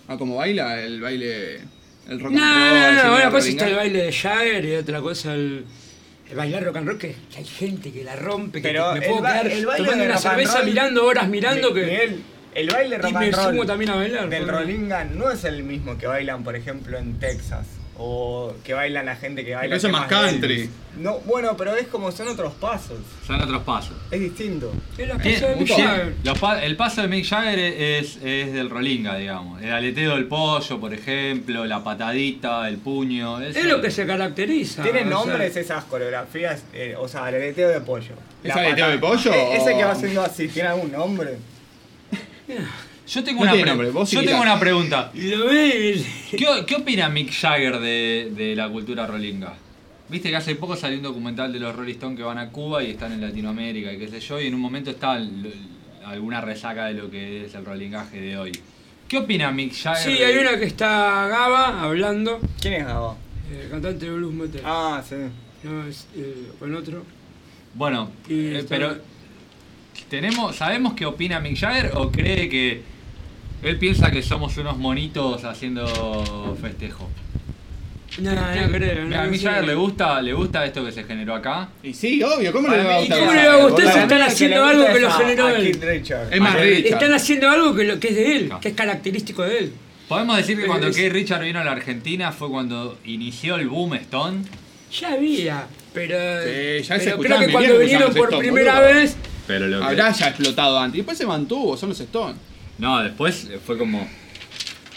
Speaker 1: A cómo baila el baile. El rock
Speaker 2: No,
Speaker 1: and roll.
Speaker 2: no, pues no,
Speaker 1: así medio
Speaker 2: una cosa
Speaker 1: rolinga.
Speaker 2: está el baile de Jagger y otra cosa el, el bailar rock and roll, que, que hay gente que la rompe, que
Speaker 5: Pero
Speaker 2: te- me
Speaker 5: el
Speaker 2: puedo
Speaker 5: ba-
Speaker 2: quedar
Speaker 5: el baile
Speaker 2: tomando
Speaker 5: de
Speaker 2: una
Speaker 5: rock and
Speaker 2: cerveza
Speaker 5: roll-
Speaker 2: mirando horas mirando
Speaker 5: Mi-
Speaker 2: que
Speaker 5: Miguel, el baile rock
Speaker 2: y me
Speaker 5: and roll
Speaker 2: sumo también a bailar.
Speaker 5: del
Speaker 2: porque-
Speaker 5: Rolinga no es el mismo que bailan, por ejemplo, en Texas. O que bailan la gente que baila.
Speaker 1: eso es más
Speaker 5: temas de
Speaker 1: country.
Speaker 5: Elvis. No, bueno, pero es como son otros pasos.
Speaker 3: Son otros pasos.
Speaker 5: Es distinto.
Speaker 2: Es la
Speaker 3: Bien,
Speaker 2: cosa de Mick
Speaker 3: mucho.
Speaker 2: Jagger.
Speaker 3: Los pa- el paso de Mick Jagger es, es del Rolinga, digamos. El aleteo del pollo, por ejemplo, la patadita, el puño. eso-
Speaker 2: Es lo que se caracteriza.
Speaker 5: Tienen
Speaker 2: o sea,
Speaker 5: nombres esas coreografías, eh, o sea, el aleteo de pollo.
Speaker 1: ¿Es
Speaker 5: La
Speaker 1: aleteo
Speaker 5: pata-
Speaker 1: de pollo
Speaker 5: E- Ese que va
Speaker 1: o-
Speaker 5: haciendo así, ¿tiene algún nombre?
Speaker 3: Yo tengo
Speaker 1: No
Speaker 3: una
Speaker 1: tiene
Speaker 3: pre-
Speaker 1: nombre, vos
Speaker 3: Yo
Speaker 1: imitás.
Speaker 3: tengo una pregunta.
Speaker 5: eh.
Speaker 2: Lo ve y-
Speaker 3: ¿Qué, qué opina Mick Jagger de, de la cultura rolinga? Viste que hace poco salió un documental de los Rolling Stones que van a Cuba y están en Latinoamérica y qué sé yo, y en un momento está l- alguna resaca de lo que es el rolingaje de hoy. ¿Qué opina Mick Jagger?
Speaker 2: Sí,
Speaker 3: de-
Speaker 2: hay una que está Gaba hablando,
Speaker 5: ¿Quién es Gabo?
Speaker 2: el cantante de Blues Motel.
Speaker 5: Ah, sí.
Speaker 2: No, es, eh, con otro.
Speaker 3: Bueno,
Speaker 2: Y
Speaker 3: eh,
Speaker 2: está-
Speaker 3: pero tenemos, ¿sabemos qué opina Mick Jagger o cree que él piensa que somos unos monitos haciendo festejo?
Speaker 2: No, no creo. No,
Speaker 3: a
Speaker 2: no
Speaker 3: Mick
Speaker 2: sé.
Speaker 3: Jagger le gusta, le gusta esto que se generó acá.
Speaker 1: Y sí, obvio, ¿cómo no
Speaker 5: Para
Speaker 1: le va a
Speaker 5: mí,
Speaker 1: gustar?
Speaker 2: ¿cómo
Speaker 1: a
Speaker 2: le va a
Speaker 1: Jagger,
Speaker 2: gustar?
Speaker 1: boludo?
Speaker 2: Ustedes están haciendo algo que lo generó
Speaker 5: a
Speaker 2: él.
Speaker 5: Keith Richards.
Speaker 1: Es más
Speaker 5: Ah,
Speaker 1: rico.
Speaker 2: Están haciendo algo que, lo, que es de él,
Speaker 3: No.
Speaker 2: que es característico de él.
Speaker 3: Podemos decir que
Speaker 2: Pero
Speaker 3: cuando
Speaker 2: es-
Speaker 3: Keith Richard vino a la Argentina fue cuando inició el boom Stone.
Speaker 2: Ya había. Pero,
Speaker 1: Sí, ya se
Speaker 2: pero creo
Speaker 1: escuchaban
Speaker 2: que
Speaker 1: bien
Speaker 2: cuando
Speaker 1: los
Speaker 2: vinieron por
Speaker 1: Stones,
Speaker 2: primera
Speaker 1: boludo.
Speaker 2: vez,
Speaker 3: Pero lo que-
Speaker 1: Habrá ya explotado antes. Y después se mantuvo, son los Stones.
Speaker 3: No, después fue como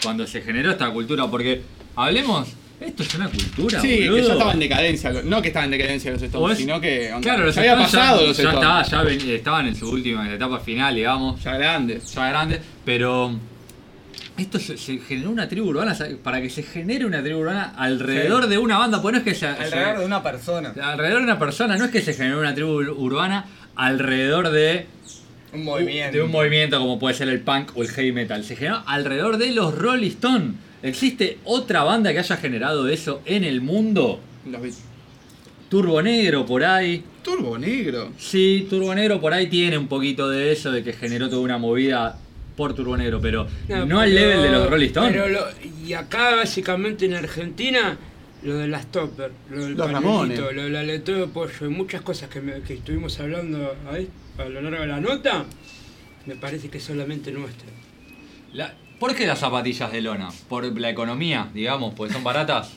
Speaker 3: cuando se generó esta cultura, porque hablemos, esto es una cultura,
Speaker 1: sí, que ya
Speaker 3: boludo.
Speaker 1: estaba en decadencia. No que estaban en decadencia los
Speaker 3: O
Speaker 1: Stones,
Speaker 3: es-
Speaker 1: sino que. onda,
Speaker 3: claro, los
Speaker 1: ya había
Speaker 3: Stones ya-
Speaker 1: pasado los
Speaker 3: ya,
Speaker 1: Stones.
Speaker 3: estaba, ya ven- estaban en su última etapa final, digamos,
Speaker 1: Ya grandes.
Speaker 3: ya grandes, pero esto se, se generó una tribu urbana, ¿sabes? para que se genere una tribu urbana alrededor
Speaker 1: Sí.
Speaker 3: de una banda, pues no es que sea
Speaker 5: Alrededor de una persona.
Speaker 3: alrededor de una persona, no es que se generó una tribu ur- urbana alrededor de
Speaker 5: Un movimiento.
Speaker 3: de un movimiento como puede ser el punk o el heavy metal. Se generó alrededor de los Rolling Stones. ¿Existe otra banda que haya generado eso en el mundo?
Speaker 1: Los Beatles.
Speaker 3: Turbo Negro por ahí.
Speaker 1: Turbo Negro.
Speaker 3: Sí, Turbo Negro por ahí tiene un poquito de eso, de que generó toda una movida por Turbo Negro, pero no, al
Speaker 2: pero-
Speaker 3: level de los Rolling
Speaker 2: pero
Speaker 3: Stones.
Speaker 2: lo- y acá básicamente en Argentina, lo de las topper, lo del
Speaker 1: Los
Speaker 2: pañuelito,
Speaker 1: Ramones.
Speaker 2: lo del aleteo de pollo y muchas cosas que, me- que estuvimos hablando ahí a lo largo de la nota, me parece que es solamente nuestra.
Speaker 3: La- ¿Por qué las zapatillas de lona? ¿Por la economía, digamos? ¿Porque son baratas?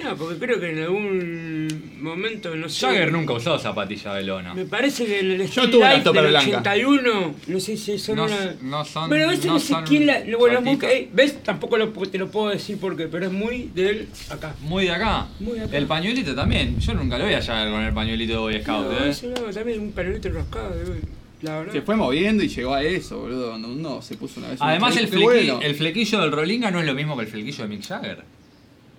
Speaker 2: No, porque creo que en algún momento, no sé.
Speaker 3: Jagger nunca usó zapatillas de lona.
Speaker 2: Me parece que en el Street
Speaker 1: tuve una
Speaker 2: Life
Speaker 1: topper
Speaker 2: del
Speaker 1: blanca.
Speaker 2: 81, no sé si son
Speaker 3: No
Speaker 2: una...
Speaker 3: s- no son-
Speaker 2: Pero a veces
Speaker 3: no
Speaker 2: no, sé
Speaker 3: son
Speaker 2: quién la... Bueno, es muy-
Speaker 3: sortitas.
Speaker 2: eh, ¿Ves? Tampoco lo- te lo puedo decir porque, pero es muy de él acá.
Speaker 3: Muy de acá.
Speaker 2: Muy de acá.
Speaker 3: El pañuelito también. Yo nunca lo vi a Jagger con el pañuelito de Boy Scout.
Speaker 2: No,
Speaker 3: ¿eh?
Speaker 2: eso no, también un pañuelito enroscado, eh, la verdad.
Speaker 1: Se fue moviendo y llegó a eso, boludo. Cuando uno se puso una vez. un
Speaker 3: Además, el,
Speaker 1: chaleco,
Speaker 3: flequi-
Speaker 1: bueno.
Speaker 3: el flequillo del Rolinga no es lo mismo que el flequillo de Mick Jagger.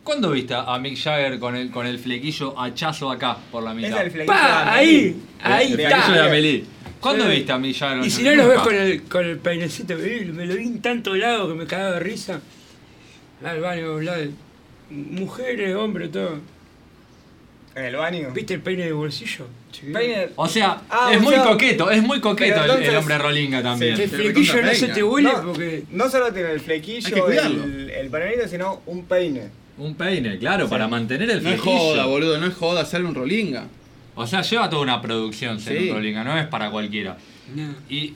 Speaker 3: ¿Cuándo viste a Mick Jagger con el, con el flequillo hachazo acá por la mitad?
Speaker 5: Es el flequillo de
Speaker 2: ¡Pa! Ahí,
Speaker 5: Amelie.
Speaker 2: ahí
Speaker 3: el
Speaker 5: de
Speaker 2: está.
Speaker 3: flequillo de Amelie. ¿Cuándo
Speaker 2: Sí.
Speaker 3: viste a Mick Jagger?
Speaker 2: Y si no los ves con el, con el peinecito, eh, me lo vi en tanto lado que me cagaba de risa. Al baño, Vlad. Mujeres, hombres, todo.
Speaker 5: En el baño.
Speaker 2: ¿Viste el peine de bolsillo?
Speaker 5: Peine-
Speaker 3: O sea,
Speaker 5: Ah,
Speaker 3: es
Speaker 5: o
Speaker 3: muy
Speaker 5: sea-
Speaker 3: coqueto, es muy coqueto
Speaker 5: Pero
Speaker 3: el- el,
Speaker 5: entonces-
Speaker 3: hombre Rolinga también.
Speaker 2: Que el
Speaker 1: te
Speaker 2: flequillo no
Speaker 1: recontra
Speaker 2: se
Speaker 1: peina.
Speaker 2: te huele
Speaker 5: no,
Speaker 2: porque.
Speaker 5: no solo tiene el
Speaker 1: Hay que
Speaker 5: flequillo,
Speaker 1: cuidarlo.
Speaker 5: el, el pañuelito, sino un peine.
Speaker 3: Un peine, claro, para mantener el
Speaker 1: No es
Speaker 3: flequillo.
Speaker 1: joda, boludo. No es joda hacer un Rolinga.
Speaker 3: o sea, lleva toda una producción ser
Speaker 1: Sí.
Speaker 3: un Rolinga, no es para cualquiera.
Speaker 2: No.
Speaker 3: Y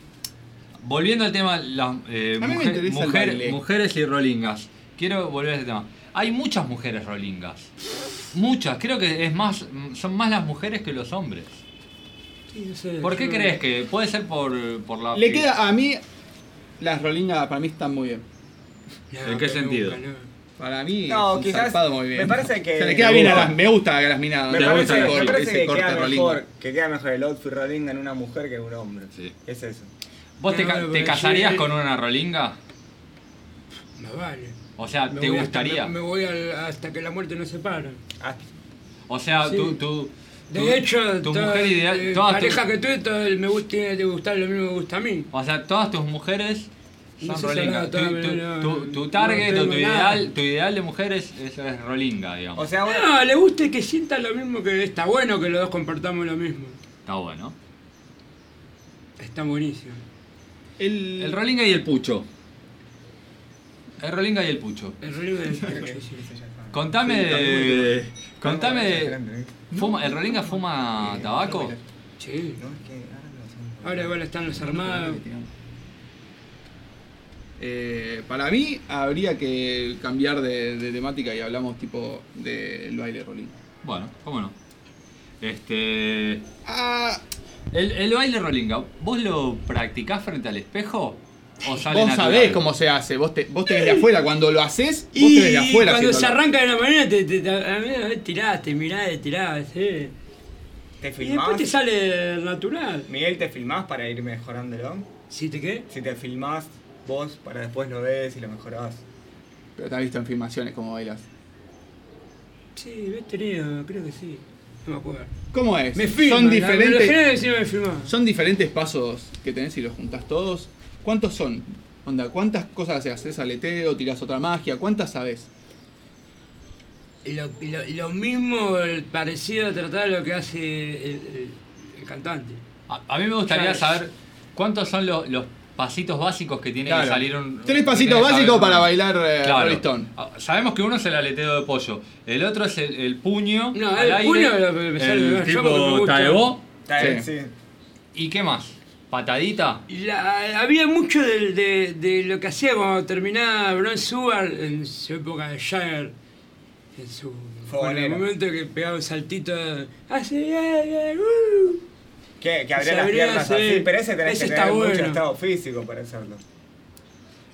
Speaker 3: volviendo al tema, las eh,
Speaker 1: A mí me
Speaker 3: mujer-
Speaker 1: interesa el
Speaker 3: mujer-
Speaker 1: baile.
Speaker 3: mujeres y rolingas. Quiero volver a ese tema. Hay muchas mujeres rolingas. Muchas. Creo que es más, son más las mujeres que los hombres.
Speaker 2: Sí, no sé,
Speaker 3: ¿Por qué
Speaker 2: yo-
Speaker 3: crees que puede ser por, por
Speaker 5: Ah,
Speaker 3: la...
Speaker 1: Le queda a mí. Las Rolingas para mí están muy bien.
Speaker 2: No,
Speaker 3: ¿En qué
Speaker 2: pero
Speaker 3: sentido?
Speaker 2: nunca, no.
Speaker 1: Para mí
Speaker 5: No,
Speaker 1: es un
Speaker 5: quizás-
Speaker 1: zarpado muy bien.
Speaker 5: me parece que-
Speaker 1: Se le queda
Speaker 3: Me
Speaker 1: bien a
Speaker 3: gusta.
Speaker 1: las. Me gusta que las minas.
Speaker 5: Me
Speaker 3: Ah, Te gusta
Speaker 5: parece,
Speaker 3: el
Speaker 5: me
Speaker 3: corte,
Speaker 5: parece que,
Speaker 1: corta
Speaker 5: queda
Speaker 1: Rolinga.
Speaker 5: mejor, que queda mejor el outfit Rolinga en una mujer que en un hombre.
Speaker 3: Sí.
Speaker 5: Es eso.
Speaker 3: ¿Vos te,
Speaker 2: No,
Speaker 3: ca-
Speaker 2: no,
Speaker 3: te
Speaker 2: pero
Speaker 3: casarías
Speaker 2: yo-
Speaker 3: con una rolinga?
Speaker 2: Más vale.
Speaker 3: O sea,
Speaker 2: Me
Speaker 3: Ah, ¿te
Speaker 2: voy hasta-
Speaker 3: gustaría?
Speaker 2: me, me voy al- hasta que la muerte nos separa.
Speaker 5: Ah,
Speaker 3: O sea,
Speaker 2: Sí.
Speaker 3: tú... tú
Speaker 2: De
Speaker 3: tú-
Speaker 2: hecho,
Speaker 3: tu
Speaker 2: toda-
Speaker 3: mujer ideal...
Speaker 2: eh,
Speaker 3: todas tus-
Speaker 2: pareja que tuve, todo el me gusta, tiene que gustar lo mismo que gusta a mí.
Speaker 3: O sea, todas tus mujeres son
Speaker 2: No sé si
Speaker 3: rolingas.
Speaker 2: hablaba toda,
Speaker 3: Tu, tu-
Speaker 2: no,
Speaker 3: tu- tu
Speaker 2: no
Speaker 3: target o tu
Speaker 2: tengo nada.
Speaker 3: ideal, tu ideal de mujeres es, es rolinga, digamos.
Speaker 5: O sea, bueno,
Speaker 2: No, le gusta que sienta lo mismo que está bueno que los dos compartamos lo mismo.
Speaker 3: Está bueno.
Speaker 2: Está buenísimo.
Speaker 1: El,
Speaker 3: El Rolinga y el Pucho. El Rolinga y el Pucho.
Speaker 2: El río
Speaker 3: [laughs]
Speaker 2: del sí.
Speaker 3: Contame
Speaker 1: Sí, también muy
Speaker 3: de.
Speaker 5: No, es
Speaker 3: Contame
Speaker 5: grande,
Speaker 3: de.
Speaker 5: ¿eh?
Speaker 3: Fuma, ¿El Rolinga fuma tabaco?
Speaker 2: Sí.
Speaker 5: no, es que ahora lo hacemos.
Speaker 2: Ahora igual están los armados.
Speaker 1: Eh, para mí habría que cambiar de, de temática y hablamos tipo del baile Rolinga.
Speaker 3: Bueno, cómo no. Este.
Speaker 1: Ah,
Speaker 3: El, el baile Rolinga, ¿vos lo practicás frente al espejo? ¿O sale
Speaker 1: vos
Speaker 3: natural?
Speaker 1: sabés cómo se hace, vos te, vos te ves de afuera, cuando lo haces, vos te ves de
Speaker 2: Y
Speaker 1: afuera.
Speaker 2: cuando se
Speaker 1: haciéndolo.
Speaker 2: arranca de una manera, te, te, te, a mí una vez tirás, te mirás, te tirás, sí.
Speaker 5: ¿Te
Speaker 2: Y después
Speaker 5: filmás?
Speaker 2: te sale natural.
Speaker 5: Miguel, ¿te filmás para ir mejorándolo?
Speaker 2: ¿Sí te qué?
Speaker 5: Si te filmás vos para después lo ves y lo mejorás.
Speaker 1: Pero te has visto en filmaciones cómo bailas.
Speaker 2: Sí, lo he tenido, creo que sí. No me acuerdo.
Speaker 1: ¿Cómo es?
Speaker 2: Me filmo,
Speaker 1: son
Speaker 2: La,
Speaker 1: diferentes.
Speaker 2: la general sí me filmaba.
Speaker 1: Son diferentes pasos que tenés y los juntás todos. ¿Cuántos son? Onda, ¿cuántas cosas haces? ¿Haces aleteo? ¿Tirás otra magia? ¿Cuántas sabés?
Speaker 2: Y lo, y lo- y lo mismo, el parecido a tratar lo que hace el, el- el cantante.
Speaker 3: A, a mí me gustaría
Speaker 2: Claro.
Speaker 3: saber cuántos son los, los pasitos básicos que tiene que
Speaker 1: Claro.
Speaker 3: salir un.
Speaker 1: Tres
Speaker 3: que
Speaker 1: pasitos
Speaker 3: tiene que
Speaker 1: básicos
Speaker 3: saber
Speaker 1: para
Speaker 3: un-
Speaker 1: bailar eh,
Speaker 3: Claro.
Speaker 1: Rolling Stone.
Speaker 3: Ah, Sabemos que uno es el aleteo de pollo, el otro es el, el puño.
Speaker 2: No,
Speaker 3: al
Speaker 2: el
Speaker 3: aire,
Speaker 2: puño lo- me sale
Speaker 3: el
Speaker 2: mejor, yo porque me
Speaker 3: tipo
Speaker 2: gusta.
Speaker 3: taebo.
Speaker 5: Está bien,
Speaker 1: Sí.
Speaker 5: sí.
Speaker 3: ¿Y qué más? ¿Patadita?
Speaker 2: Y la- había mucho del- de, de lo que hacía cuando terminaba Bron Sugar en su época de Jagger. en su en el
Speaker 5: Fogonera.
Speaker 2: momento que pegaba un saltito así eh, eh, uh.
Speaker 5: Que, que abría
Speaker 2: Se
Speaker 5: las
Speaker 2: abría,
Speaker 5: piernas
Speaker 2: sí.
Speaker 5: así, pero ese tenés
Speaker 2: Ese
Speaker 5: que
Speaker 2: está
Speaker 5: tener mucho
Speaker 2: bueno.
Speaker 5: estado físico para hacerlo.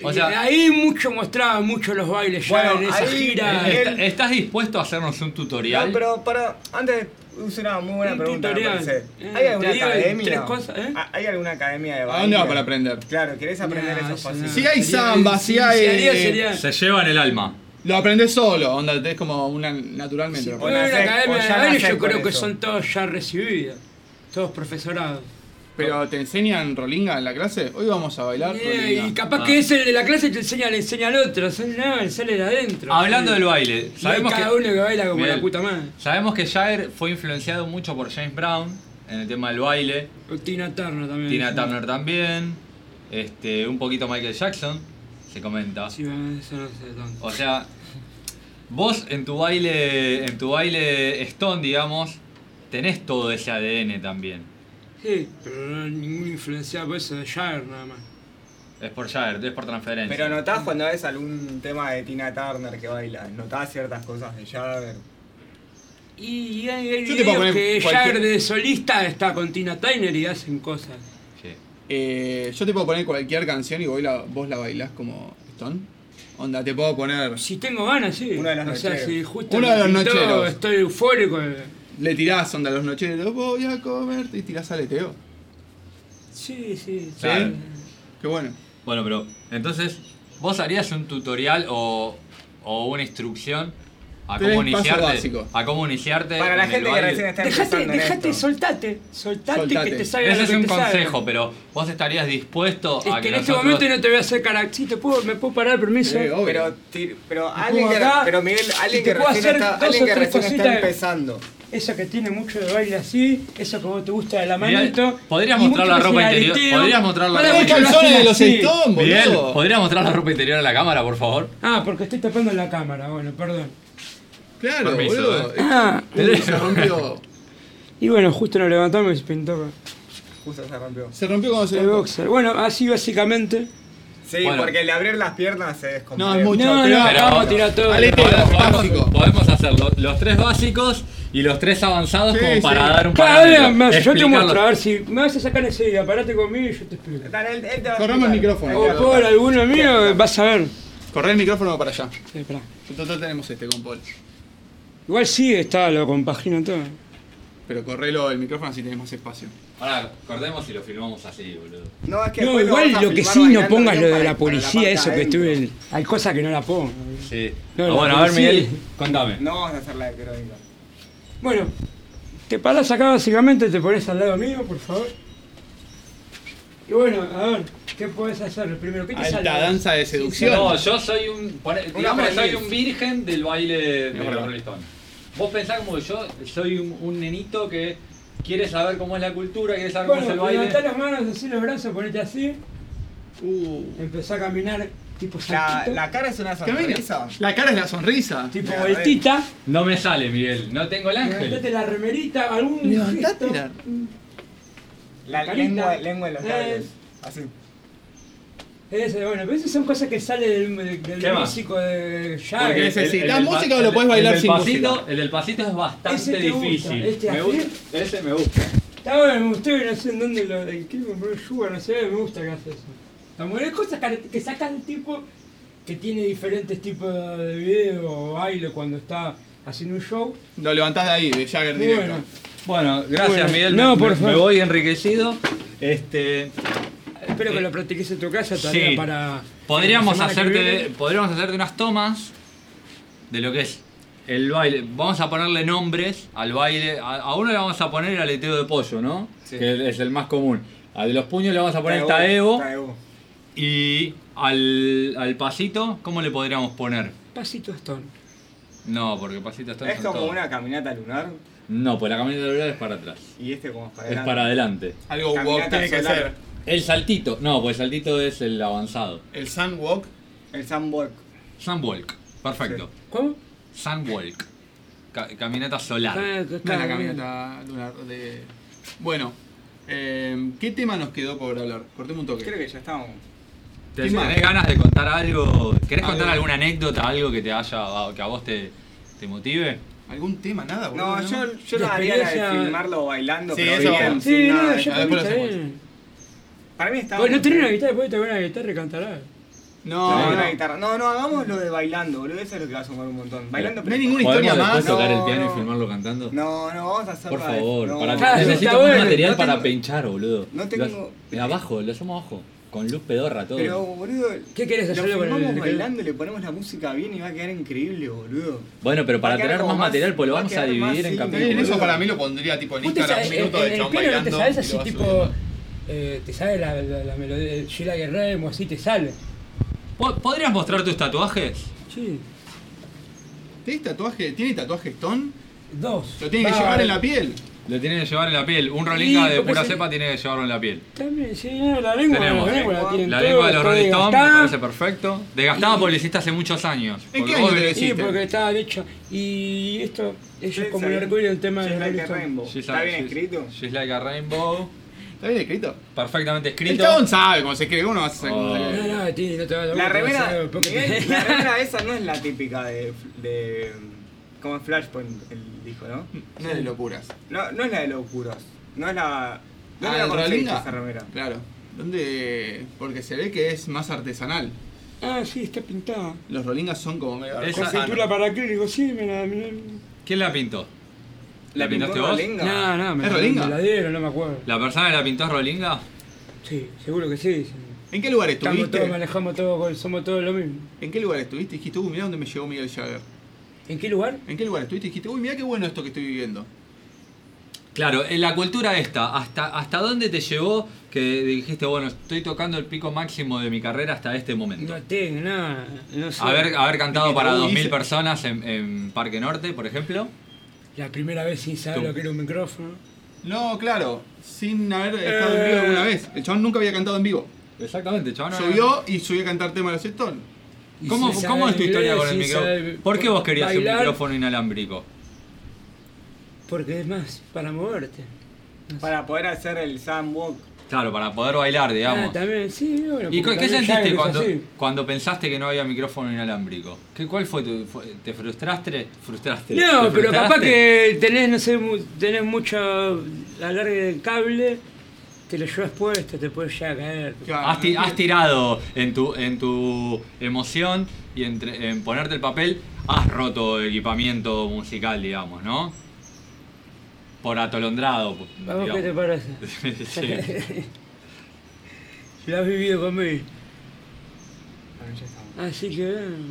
Speaker 3: O sea-
Speaker 2: Y ahí mucho mostraba mucho los bailes ya
Speaker 5: Bueno,
Speaker 2: en esa
Speaker 5: ahí-
Speaker 2: gira
Speaker 5: eh,
Speaker 3: ¿Est- ¿Estás dispuesto a hacernos un tutorial?
Speaker 5: No, pero para, antes hice una muy buena
Speaker 2: Un
Speaker 5: pregunta, me
Speaker 2: tutorial.
Speaker 5: parece.
Speaker 2: Eh,
Speaker 5: ¿Hay
Speaker 2: te
Speaker 5: alguna
Speaker 2: digo
Speaker 5: academia?
Speaker 2: tres cosas, ¿eh?
Speaker 5: ¿Ah, ¿Hay alguna academia de
Speaker 1: ¿A dónde vas
Speaker 5: baile?
Speaker 1: para aprender?
Speaker 5: Claro, querés aprender
Speaker 2: Nah,
Speaker 5: esos
Speaker 2: eso
Speaker 5: pasitos.
Speaker 2: no.
Speaker 1: Si hay
Speaker 2: Sería-
Speaker 1: samba, si hay,
Speaker 2: sería-
Speaker 1: eh,
Speaker 2: sería-
Speaker 3: Se lleva en el alma.
Speaker 1: Lo aprendes solo, onda, tenés como una naturalmente. lo
Speaker 5: Sí,
Speaker 2: Pero
Speaker 1: aprendés.
Speaker 2: en
Speaker 5: nacés-
Speaker 2: la academia
Speaker 5: o
Speaker 2: de
Speaker 5: ya
Speaker 2: baile
Speaker 5: nacés
Speaker 2: yo creo
Speaker 5: con
Speaker 2: que
Speaker 5: eso.
Speaker 2: son todos ya recibidos, todos profesorados.
Speaker 1: Pero te enseñan rolinga en la clase. Hoy vamos a bailar
Speaker 2: Eh, y
Speaker 1: rolinga.
Speaker 2: capaz
Speaker 3: Ah.
Speaker 2: que es el de la clase y te enseña, le enseña al otro, son- no, él sale de adentro.
Speaker 3: Hablando
Speaker 2: Sí.
Speaker 3: del baile,
Speaker 2: Y hay
Speaker 3: sabemos
Speaker 2: cada
Speaker 3: que,
Speaker 2: uno que baila como
Speaker 3: Bien.
Speaker 2: la puta madre.
Speaker 3: sabemos que Jair fue influenciado mucho por James Brown en el tema del baile.
Speaker 2: O Tina Turner también.
Speaker 3: Tina
Speaker 2: Sí.
Speaker 3: Turner también. Este, un poquito Michael Jackson, se comenta.
Speaker 2: Sí, bueno, eso no sé tanto.
Speaker 3: O sea, vos en tu baile, en tu baile Stone, digamos, tenés todo ese ADN también.
Speaker 2: Sí, pero no hay ningún influenciado por eso de Jair nada más.
Speaker 3: Es por Jair, es por transferencia.
Speaker 5: Pero notás cuando ves algún tema de Tina Turner que baila, notás ciertas cosas de Jagger.
Speaker 2: Y hay, hay
Speaker 1: Yo te puedo
Speaker 2: videos
Speaker 1: poner
Speaker 2: que
Speaker 1: cualquier-
Speaker 2: Jair de solista está con Tina Turner y hacen cosas.
Speaker 3: Sí.
Speaker 1: Eh, yo te puedo poner cualquier canción y vos la, vos la bailás como Stone. Onda, te puedo poner.
Speaker 2: Si tengo ganas, sí.
Speaker 5: Uno de los
Speaker 2: o sea,
Speaker 5: nocheros.
Speaker 2: si justo
Speaker 1: Uno de
Speaker 2: me
Speaker 1: los
Speaker 2: pintó,
Speaker 1: nocheros.
Speaker 2: estoy eufórico. eh,
Speaker 1: Le tirás onda a los nocheros, voy a comerte y tirás aleteo.
Speaker 2: Sí, sí. sí.
Speaker 3: Claro.
Speaker 1: Qué bueno.
Speaker 3: Bueno, pero entonces, ¿vos harías un tutorial o, o una instrucción a
Speaker 1: Tres
Speaker 3: cómo
Speaker 1: pasos
Speaker 3: iniciarte?
Speaker 1: básicos.
Speaker 3: A cómo iniciarte.
Speaker 5: Para la
Speaker 3: en el
Speaker 5: gente que
Speaker 3: baile?
Speaker 5: recién está
Speaker 2: Dejate,
Speaker 5: empezando en
Speaker 2: dejate,
Speaker 5: esto.
Speaker 2: soltate. Soltate,
Speaker 1: Soltate.
Speaker 2: que te salga
Speaker 3: Ese
Speaker 2: lo
Speaker 3: es
Speaker 2: que
Speaker 3: un
Speaker 2: te salga.
Speaker 3: consejo, pero vos estarías dispuesto
Speaker 2: Es
Speaker 3: a
Speaker 2: que
Speaker 3: que
Speaker 2: en este
Speaker 3: nosotros- Eh, oh.
Speaker 2: momento no te voy a hacer cara. Sí, te puedo, me puedo parar, permiso.
Speaker 1: Sí, Eh, obvio.
Speaker 5: Pero, ti- pero alguien que,
Speaker 2: acá,
Speaker 5: pero Miguel,
Speaker 2: y
Speaker 5: alguien
Speaker 2: te
Speaker 5: que
Speaker 2: puedo
Speaker 5: recién,
Speaker 2: hacer
Speaker 5: está,
Speaker 2: dos
Speaker 5: alguien
Speaker 2: o
Speaker 5: que
Speaker 2: tres
Speaker 5: recién está
Speaker 2: cositas.
Speaker 5: empezando.
Speaker 2: Esa que tiene mucho de baile así, eso que vos te gusta de la
Speaker 3: Miguel,
Speaker 2: manito.
Speaker 3: podrías
Speaker 2: y
Speaker 3: mostrar
Speaker 2: mucho
Speaker 3: la
Speaker 2: que
Speaker 3: ropa
Speaker 2: hace
Speaker 3: interior,
Speaker 2: aleteo.
Speaker 3: podrías mostrar la
Speaker 2: Pará,
Speaker 3: ropa
Speaker 2: mucho
Speaker 3: interior.
Speaker 2: que hace
Speaker 1: Calzones de los
Speaker 2: así.
Speaker 1: Stones,
Speaker 3: Miguel,
Speaker 1: boludo.
Speaker 3: ¿podrías mostrar la ropa interior a la cámara, por favor?
Speaker 2: Ah, porque estoy tapando la cámara, bueno, perdón.
Speaker 1: Claro,
Speaker 3: Permiso,
Speaker 1: boludo.
Speaker 2: Ah,
Speaker 1: Uy, se rompió.
Speaker 2: y bueno, justo nos levantamos y se pintó
Speaker 5: Justo se rompió.
Speaker 1: Se rompió cuando se
Speaker 2: el
Speaker 1: rompió.
Speaker 2: boxer. Bueno, así básicamente.
Speaker 5: Sí,
Speaker 3: Bueno.
Speaker 5: porque el abrir las piernas es complejo.
Speaker 1: No, es mucho.
Speaker 2: No, no,
Speaker 1: pero-
Speaker 2: acá vamos a tirar todo.
Speaker 1: Aleteo,
Speaker 3: Podemos,
Speaker 1: básico.
Speaker 3: podemos hacer lo- los tres básicos y los tres avanzados
Speaker 1: Sí,
Speaker 3: como
Speaker 1: sí.
Speaker 3: para dar un
Speaker 2: Claro,
Speaker 3: parámetro.
Speaker 2: me- yo te
Speaker 3: Explicarlo.
Speaker 2: muestro, a ver si me vas a sacar ese día, parate conmigo y yo te explico.
Speaker 5: Dale, él- él te va a
Speaker 1: Corramos el
Speaker 5: explicar.
Speaker 1: micrófono.
Speaker 5: Él te va a
Speaker 2: O por
Speaker 5: explicar.
Speaker 2: Oh, alguno mío, vas a ver.
Speaker 1: Correr el micrófono para allá.
Speaker 2: Sí, pará.
Speaker 1: Total tenemos este con Paul.
Speaker 2: Igual sí, está, lo compagino todo.
Speaker 1: Pero correlo el micrófono así tenés más espacio.
Speaker 3: Ahora, cortemos y lo filmamos así, boludo.
Speaker 5: No, es que
Speaker 2: No,
Speaker 5: después
Speaker 2: igual
Speaker 5: vas a
Speaker 2: lo que
Speaker 5: filmar
Speaker 2: sí no
Speaker 5: bailando
Speaker 2: pongas
Speaker 5: bien
Speaker 2: lo de
Speaker 5: para-
Speaker 2: la
Speaker 5: para
Speaker 2: policía,
Speaker 5: parte
Speaker 2: eso que
Speaker 5: adentro.
Speaker 2: estuve. en- Hay cosas que no la pongo.
Speaker 3: Sí.
Speaker 2: No,
Speaker 3: Ah,
Speaker 2: la
Speaker 3: bueno, a ver,
Speaker 2: policía-
Speaker 3: Miguel, contame.
Speaker 5: No vamos a hacer la de crónica.
Speaker 2: Bueno, te parás acá básicamente, te pones al lado mío, por favor. Y bueno, a ver, ¿qué podés hacer? Primero, ¿qué te
Speaker 1: Alta
Speaker 2: sale?
Speaker 1: danza de
Speaker 2: Sí,
Speaker 1: seducción.
Speaker 3: No, yo soy un. pone- Digamos que soy
Speaker 5: aprendiz.
Speaker 3: un virgen del baile de
Speaker 1: verdad.
Speaker 3: los Rolling Stones. Vos pensás como que yo soy un, un nenito que quiere saber cómo es la cultura, quiere saber cómo es el
Speaker 2: Bueno,
Speaker 3: baile.
Speaker 2: levantá las manos, así los brazos, ponete así.
Speaker 1: Uh.
Speaker 2: Empezá a caminar tipo
Speaker 5: La,
Speaker 2: saltito,
Speaker 5: la cara es una
Speaker 1: Camina.
Speaker 5: sonrisa.
Speaker 1: La cara es la sonrisa.
Speaker 2: tipo
Speaker 5: la-
Speaker 2: vueltita.
Speaker 3: No me sale, Miguel. No tengo el
Speaker 2: Levantate
Speaker 3: ángel.
Speaker 2: la remerita, algún
Speaker 1: Levantate
Speaker 2: gesto.
Speaker 1: la-
Speaker 5: La
Speaker 2: Carita.
Speaker 5: lengua, lengua en los
Speaker 2: Eh.
Speaker 5: labios. Así.
Speaker 2: Eso, bueno, pero esas son cosas que salen del, del- del
Speaker 3: ¿Qué más?
Speaker 2: músico de
Speaker 1: Porque
Speaker 2: Jagger.
Speaker 1: ese sí.
Speaker 3: del
Speaker 1: ¿La
Speaker 3: pa-
Speaker 1: música o lo
Speaker 3: el-
Speaker 1: podés
Speaker 3: el
Speaker 1: bailar
Speaker 3: del
Speaker 1: sin
Speaker 3: pasito,
Speaker 1: música?
Speaker 3: El del pasito es
Speaker 2: Ese
Speaker 3: bastante
Speaker 2: te gusta,
Speaker 3: difícil.
Speaker 2: este
Speaker 3: me
Speaker 2: así.
Speaker 3: gusta. Ese me gusta.
Speaker 2: Está bueno, me gustó, no sé en dónde lo. El que compró Sugar, no sé, me gusta que hace eso. Está bueno, hay cosas que, que sacan el tipo que tiene diferentes tipos de video o baile cuando está haciendo un show.
Speaker 1: Lo levantás de ahí, de Jagger
Speaker 2: Muy
Speaker 1: directo.
Speaker 2: bueno.
Speaker 3: Bueno, gracias
Speaker 2: Bueno,
Speaker 3: Miguel.
Speaker 2: no,
Speaker 3: me,
Speaker 2: por
Speaker 3: me-
Speaker 2: favor.
Speaker 3: me voy enriquecido. Este,
Speaker 2: Espero que lo practiques en tu casa tarea
Speaker 3: sí.
Speaker 2: para.
Speaker 3: podríamos
Speaker 2: la semana que
Speaker 3: hacerte,
Speaker 2: viene.
Speaker 3: podríamos hacerte unas tomas de lo que es el baile. Vamos a ponerle nombres al baile. A, a uno le vamos a poner el aleteo de pollo, ¿no?
Speaker 5: Sí.
Speaker 3: Que es el más común. Al de los puños le vamos a poner taebo
Speaker 5: Taebo, Taebo.
Speaker 3: y al, al pasito, ¿cómo le podríamos poner?
Speaker 2: Pasito Stone.
Speaker 3: No, porque pasito está
Speaker 5: Es como una caminata lunar
Speaker 3: No, pues la camioneta de es para atrás.
Speaker 5: y este como para
Speaker 3: Es
Speaker 5: adelante.
Speaker 3: para adelante.
Speaker 1: Algo
Speaker 5: Caminata
Speaker 1: walk tiene que
Speaker 5: solar.
Speaker 1: ser.
Speaker 3: El saltito, no, pues el saltito es el avanzado.
Speaker 1: El sun walk.
Speaker 5: El sandwalk.
Speaker 3: Sunwalk, perfecto.
Speaker 2: ¿Cómo?
Speaker 3: Sunwalk, Ca- caminata solar.
Speaker 2: Ah, que
Speaker 1: No
Speaker 2: está
Speaker 1: es la
Speaker 2: bien.
Speaker 1: caminata lunar de... Bueno. eh, ¿Qué tema nos quedó por hablar? Cortemos un
Speaker 5: Creo
Speaker 1: toque.
Speaker 5: que ya estamos.
Speaker 3: ¿Te-
Speaker 1: ¿Qué más?
Speaker 3: ¿Tenés ganas de contar algo? ¿Querés contar
Speaker 1: Algo.
Speaker 3: alguna anécdota, algo que te haya, que a vos te, te motive.
Speaker 1: ¿Algún tema? Nada, boludo.
Speaker 5: No, yo, yo lo
Speaker 2: La
Speaker 5: haría la de
Speaker 2: experiencia-
Speaker 5: filmarlo bailando,
Speaker 1: Sí,
Speaker 5: pero
Speaker 1: eso
Speaker 5: bien,
Speaker 1: vamos.
Speaker 5: sin
Speaker 2: Sí,
Speaker 5: nada
Speaker 2: no,
Speaker 5: de-
Speaker 2: yo
Speaker 1: ya,
Speaker 2: para mí
Speaker 1: después
Speaker 2: está
Speaker 1: lo hacemos.
Speaker 2: bien.
Speaker 5: Para mí está
Speaker 2: Vos no
Speaker 5: bueno.
Speaker 2: tenés una guitarra, después te tenés una guitarra y cantarás.
Speaker 1: No,
Speaker 5: No,
Speaker 1: no,
Speaker 5: una guitarra. No, no, hagamos lo de bailando, boludo. Eso es lo que va a sumar un montón. Bailando,
Speaker 1: No hay
Speaker 5: pero-
Speaker 1: ninguna
Speaker 3: ¿Podemos
Speaker 1: historia
Speaker 3: después
Speaker 1: más.
Speaker 5: no,
Speaker 3: tocar el piano
Speaker 5: no.
Speaker 3: y filmarlo cantando?
Speaker 5: No, no, vamos a hacerlo.
Speaker 3: Por
Speaker 5: a-
Speaker 3: favor,
Speaker 5: no.
Speaker 3: para,
Speaker 2: Claro,
Speaker 3: necesito
Speaker 2: está
Speaker 3: más
Speaker 2: bueno,
Speaker 3: material
Speaker 5: no
Speaker 3: para
Speaker 5: tengo-
Speaker 3: pinchar, boludo.
Speaker 5: no
Speaker 3: Lo
Speaker 5: tengo- este-
Speaker 3: hace- eh, abajo, lo hacemos abajo. Con luz pedorra todo.
Speaker 5: Pero, boludo.
Speaker 2: ¿Qué querés
Speaker 5: lo
Speaker 2: hacerlo con el-
Speaker 5: filmamos bailando, le ponemos la música bien y va a quedar increíble, boludo.
Speaker 3: bueno, pero
Speaker 5: va
Speaker 3: para
Speaker 5: a quedar
Speaker 3: tener
Speaker 5: como
Speaker 3: más
Speaker 5: más-
Speaker 3: material, pues lo
Speaker 5: va a
Speaker 3: vamos a
Speaker 5: quedar más
Speaker 3: dividir en
Speaker 5: íntimo.
Speaker 1: Está bien,
Speaker 3: capítulos.
Speaker 1: eso para mí lo pondría tipo en
Speaker 2: Vos te eh,
Speaker 1: Instagram
Speaker 2: sabes,
Speaker 1: un
Speaker 2: el,
Speaker 1: minuto de
Speaker 2: el
Speaker 1: chabón
Speaker 2: piano no
Speaker 1: bailando.
Speaker 2: te
Speaker 1: y
Speaker 2: sabes
Speaker 1: lo
Speaker 2: así
Speaker 1: vas
Speaker 2: tipo,
Speaker 1: subiendo.
Speaker 2: eh, te sabes la, la, la melodía, el Sheila Guerrero, así te sale.
Speaker 3: ¿Po- ¿Podrías mostrar tus tatuajes?
Speaker 2: Sí,
Speaker 1: ¿Tenés tatuaje? ¿Tiene tatuaje Stone?
Speaker 2: dos.
Speaker 1: Lo tiene que
Speaker 5: Ah,
Speaker 2: Va,
Speaker 1: llevar en la piel.
Speaker 3: Lo tienen que llevar en la piel. Un
Speaker 2: Y,
Speaker 3: rolinga de
Speaker 2: porque
Speaker 3: pura
Speaker 2: se-
Speaker 3: cepa tiene que llevarlo en la piel.
Speaker 2: También, sí, no, la lengua,
Speaker 3: Tenemos.
Speaker 2: la lengua la tienen
Speaker 3: La
Speaker 2: todos,
Speaker 3: lengua de los
Speaker 2: está
Speaker 3: Rolling Stones me
Speaker 2: desgastada.
Speaker 3: parece perfecto. Desgastada porque lo hiciste hace muchos años.
Speaker 1: ¿En
Speaker 3: Porque
Speaker 1: qué
Speaker 3: vos
Speaker 1: año te
Speaker 3: venís-
Speaker 2: Sí,
Speaker 1: existe.
Speaker 2: porque estaba hecho. Y esto, ellos
Speaker 5: Sí,
Speaker 2: como
Speaker 5: sí.
Speaker 2: el arcoíris el tema
Speaker 5: She's
Speaker 2: de
Speaker 5: like
Speaker 2: Rolling
Speaker 5: a
Speaker 2: Stone.
Speaker 5: rainbow.
Speaker 3: She's
Speaker 5: Está
Speaker 3: like-
Speaker 5: bien
Speaker 3: she's-
Speaker 5: escrito.
Speaker 3: She's like a rainbow.
Speaker 1: ¿Está bien escrito?
Speaker 3: Perfectamente
Speaker 1: El
Speaker 3: escrito.
Speaker 1: chabón sabe cómo se escribe. Uno va a saber cómo se
Speaker 3: Oh.
Speaker 1: escribe.
Speaker 2: No, no, tío, no te vas a no
Speaker 5: La
Speaker 2: te vas a-
Speaker 5: remera,
Speaker 2: porque- [laughs]
Speaker 5: Miguel, la remera esa no es la típica de, de como es Flashpoint el dijo, ¿no?
Speaker 1: No es de locuras.
Speaker 5: No, no es la de locuras, no es la no
Speaker 1: Ah,
Speaker 5: es
Speaker 1: ¿el
Speaker 5: la conseguiste
Speaker 1: Rolinga?
Speaker 5: esa remera.
Speaker 1: Claro. ¿Dónde? Porque se ve que es más artesanal.
Speaker 2: Ah, sí, está pintada.
Speaker 1: Los rolingas son como medio
Speaker 3: Esa- Ah,
Speaker 2: Con
Speaker 1: artesanos.
Speaker 2: pintura para acrílico, sí, me la... Me la...
Speaker 3: ¿Quién la pintó? ¿La
Speaker 5: pintó
Speaker 3: pintaste vos?
Speaker 5: Rolinga?
Speaker 2: No, no, me,
Speaker 1: ¿Es
Speaker 2: la-
Speaker 1: Rolinga?
Speaker 2: me la dieron, no me acuerdo.
Speaker 3: ¿La persona que la pintó es rolinga?
Speaker 2: Sí, seguro que sí. sí.
Speaker 1: ¿En qué lugar
Speaker 2: Estamos todos,
Speaker 1: estuviste?
Speaker 2: manejamos todos, somos todos lo mismo.
Speaker 1: ¿En qué lugar estuviste? Dijiste, uy, mirá dónde me llevó Miguel Jagger.
Speaker 2: ¿En qué lugar?
Speaker 1: ¿En qué lugar estuviste? Dijiste, uy, mirá qué bueno esto que estoy viviendo.
Speaker 3: Claro, en la cultura esta, ¿hasta, ¿hasta dónde te llevó que dijiste, bueno, estoy tocando el pico máximo de mi carrera hasta este momento?
Speaker 2: No tengo nada, no sé.
Speaker 3: Haber, haber cantado
Speaker 1: Dijiste,
Speaker 3: para
Speaker 1: uy,
Speaker 3: 2.000
Speaker 1: hice-
Speaker 3: personas en, en Parque Norte, por ejemplo.
Speaker 2: La primera vez sin saber
Speaker 3: Tú.
Speaker 2: lo que era un micrófono.
Speaker 1: No, claro, sin haber estado en vivo
Speaker 2: Eh. Ah,
Speaker 1: alguna vez. El chabón nunca había cantado en vivo.
Speaker 3: Exactamente, chaval.
Speaker 1: Subió y subió a cantar tema de los Stones.
Speaker 2: Y
Speaker 3: ¿Cómo,
Speaker 2: sin
Speaker 3: cómo
Speaker 2: saber
Speaker 3: es tu historia
Speaker 2: inglés,
Speaker 3: con el
Speaker 2: sin
Speaker 3: micrófono?
Speaker 2: saber
Speaker 3: ¿Por qué vos querías
Speaker 2: bailar,
Speaker 3: un micrófono inalámbrico?
Speaker 2: Porque es más, para moverte.
Speaker 5: Para poder hacer el sandwalk.
Speaker 3: Claro, para poder bailar,
Speaker 2: Ah,
Speaker 3: digamos.
Speaker 2: también, sí, bueno.
Speaker 3: ¿Y cu-
Speaker 2: porque
Speaker 3: qué
Speaker 2: también Jagger
Speaker 3: sentiste
Speaker 2: es
Speaker 3: cuando,
Speaker 2: así.
Speaker 3: cuando pensaste que no había micrófono inalámbrico? ¿Qué, ¿Cuál fue tu...? fue- ¿Te frustraste? ¿Frustraste?
Speaker 2: No,
Speaker 3: ¿Te
Speaker 2: pero capaz
Speaker 3: frustraste?
Speaker 2: que tenés, no sé, mu- tenés mucho alargue del cable, te lo llevas puesto, te puedes ya caer.
Speaker 3: Has, ti- has tirado en tu, en tu emoción y entre- en ponerte el papel, has roto equipamiento musical, digamos, ¿no? Por atolondrado.
Speaker 2: ¿A vos qué te
Speaker 3: digamos.
Speaker 2: parece?
Speaker 3: [laughs] Sí.
Speaker 2: [laughs] Lo has vivido conmigo. Así que, bueno,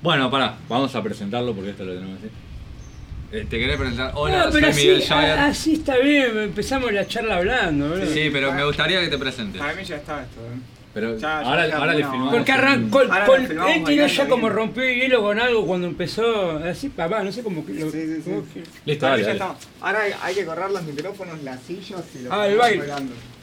Speaker 3: Bueno, pará, vamos a presentarlo porque esto lo tenemos que decir. Eh, ¿Te querés presentar? Hola,
Speaker 2: no, pero ah,
Speaker 3: soy Miguel
Speaker 2: así,
Speaker 3: Jagger.
Speaker 2: a- así está bien, empezamos la charla hablando, boludo.
Speaker 3: Sí, pero me gustaría que te presentes.
Speaker 5: Para mí ya está esto, ¿eh?
Speaker 3: Pero
Speaker 5: Ya, ya
Speaker 3: ahora,
Speaker 5: está
Speaker 3: ahora le
Speaker 5: bueno.
Speaker 3: filmamos.
Speaker 2: Porque
Speaker 3: un-
Speaker 2: arrancó, el-
Speaker 5: Ahora
Speaker 2: con-
Speaker 5: nos filmamos
Speaker 2: él tiró este ya
Speaker 5: bailando
Speaker 2: como
Speaker 5: bien.
Speaker 2: rompió el hielo con algo cuando empezó, así papá, no sé cómo... que lo-
Speaker 5: Sí, sí, sí.
Speaker 2: cómo que-
Speaker 3: Listo,
Speaker 5: Para mí
Speaker 3: dale,
Speaker 5: ya
Speaker 3: dale.
Speaker 5: está. Ahora hay, hay que correr los micrófonos, las sillas y los
Speaker 2: Ah, el baile.
Speaker 5: bailando.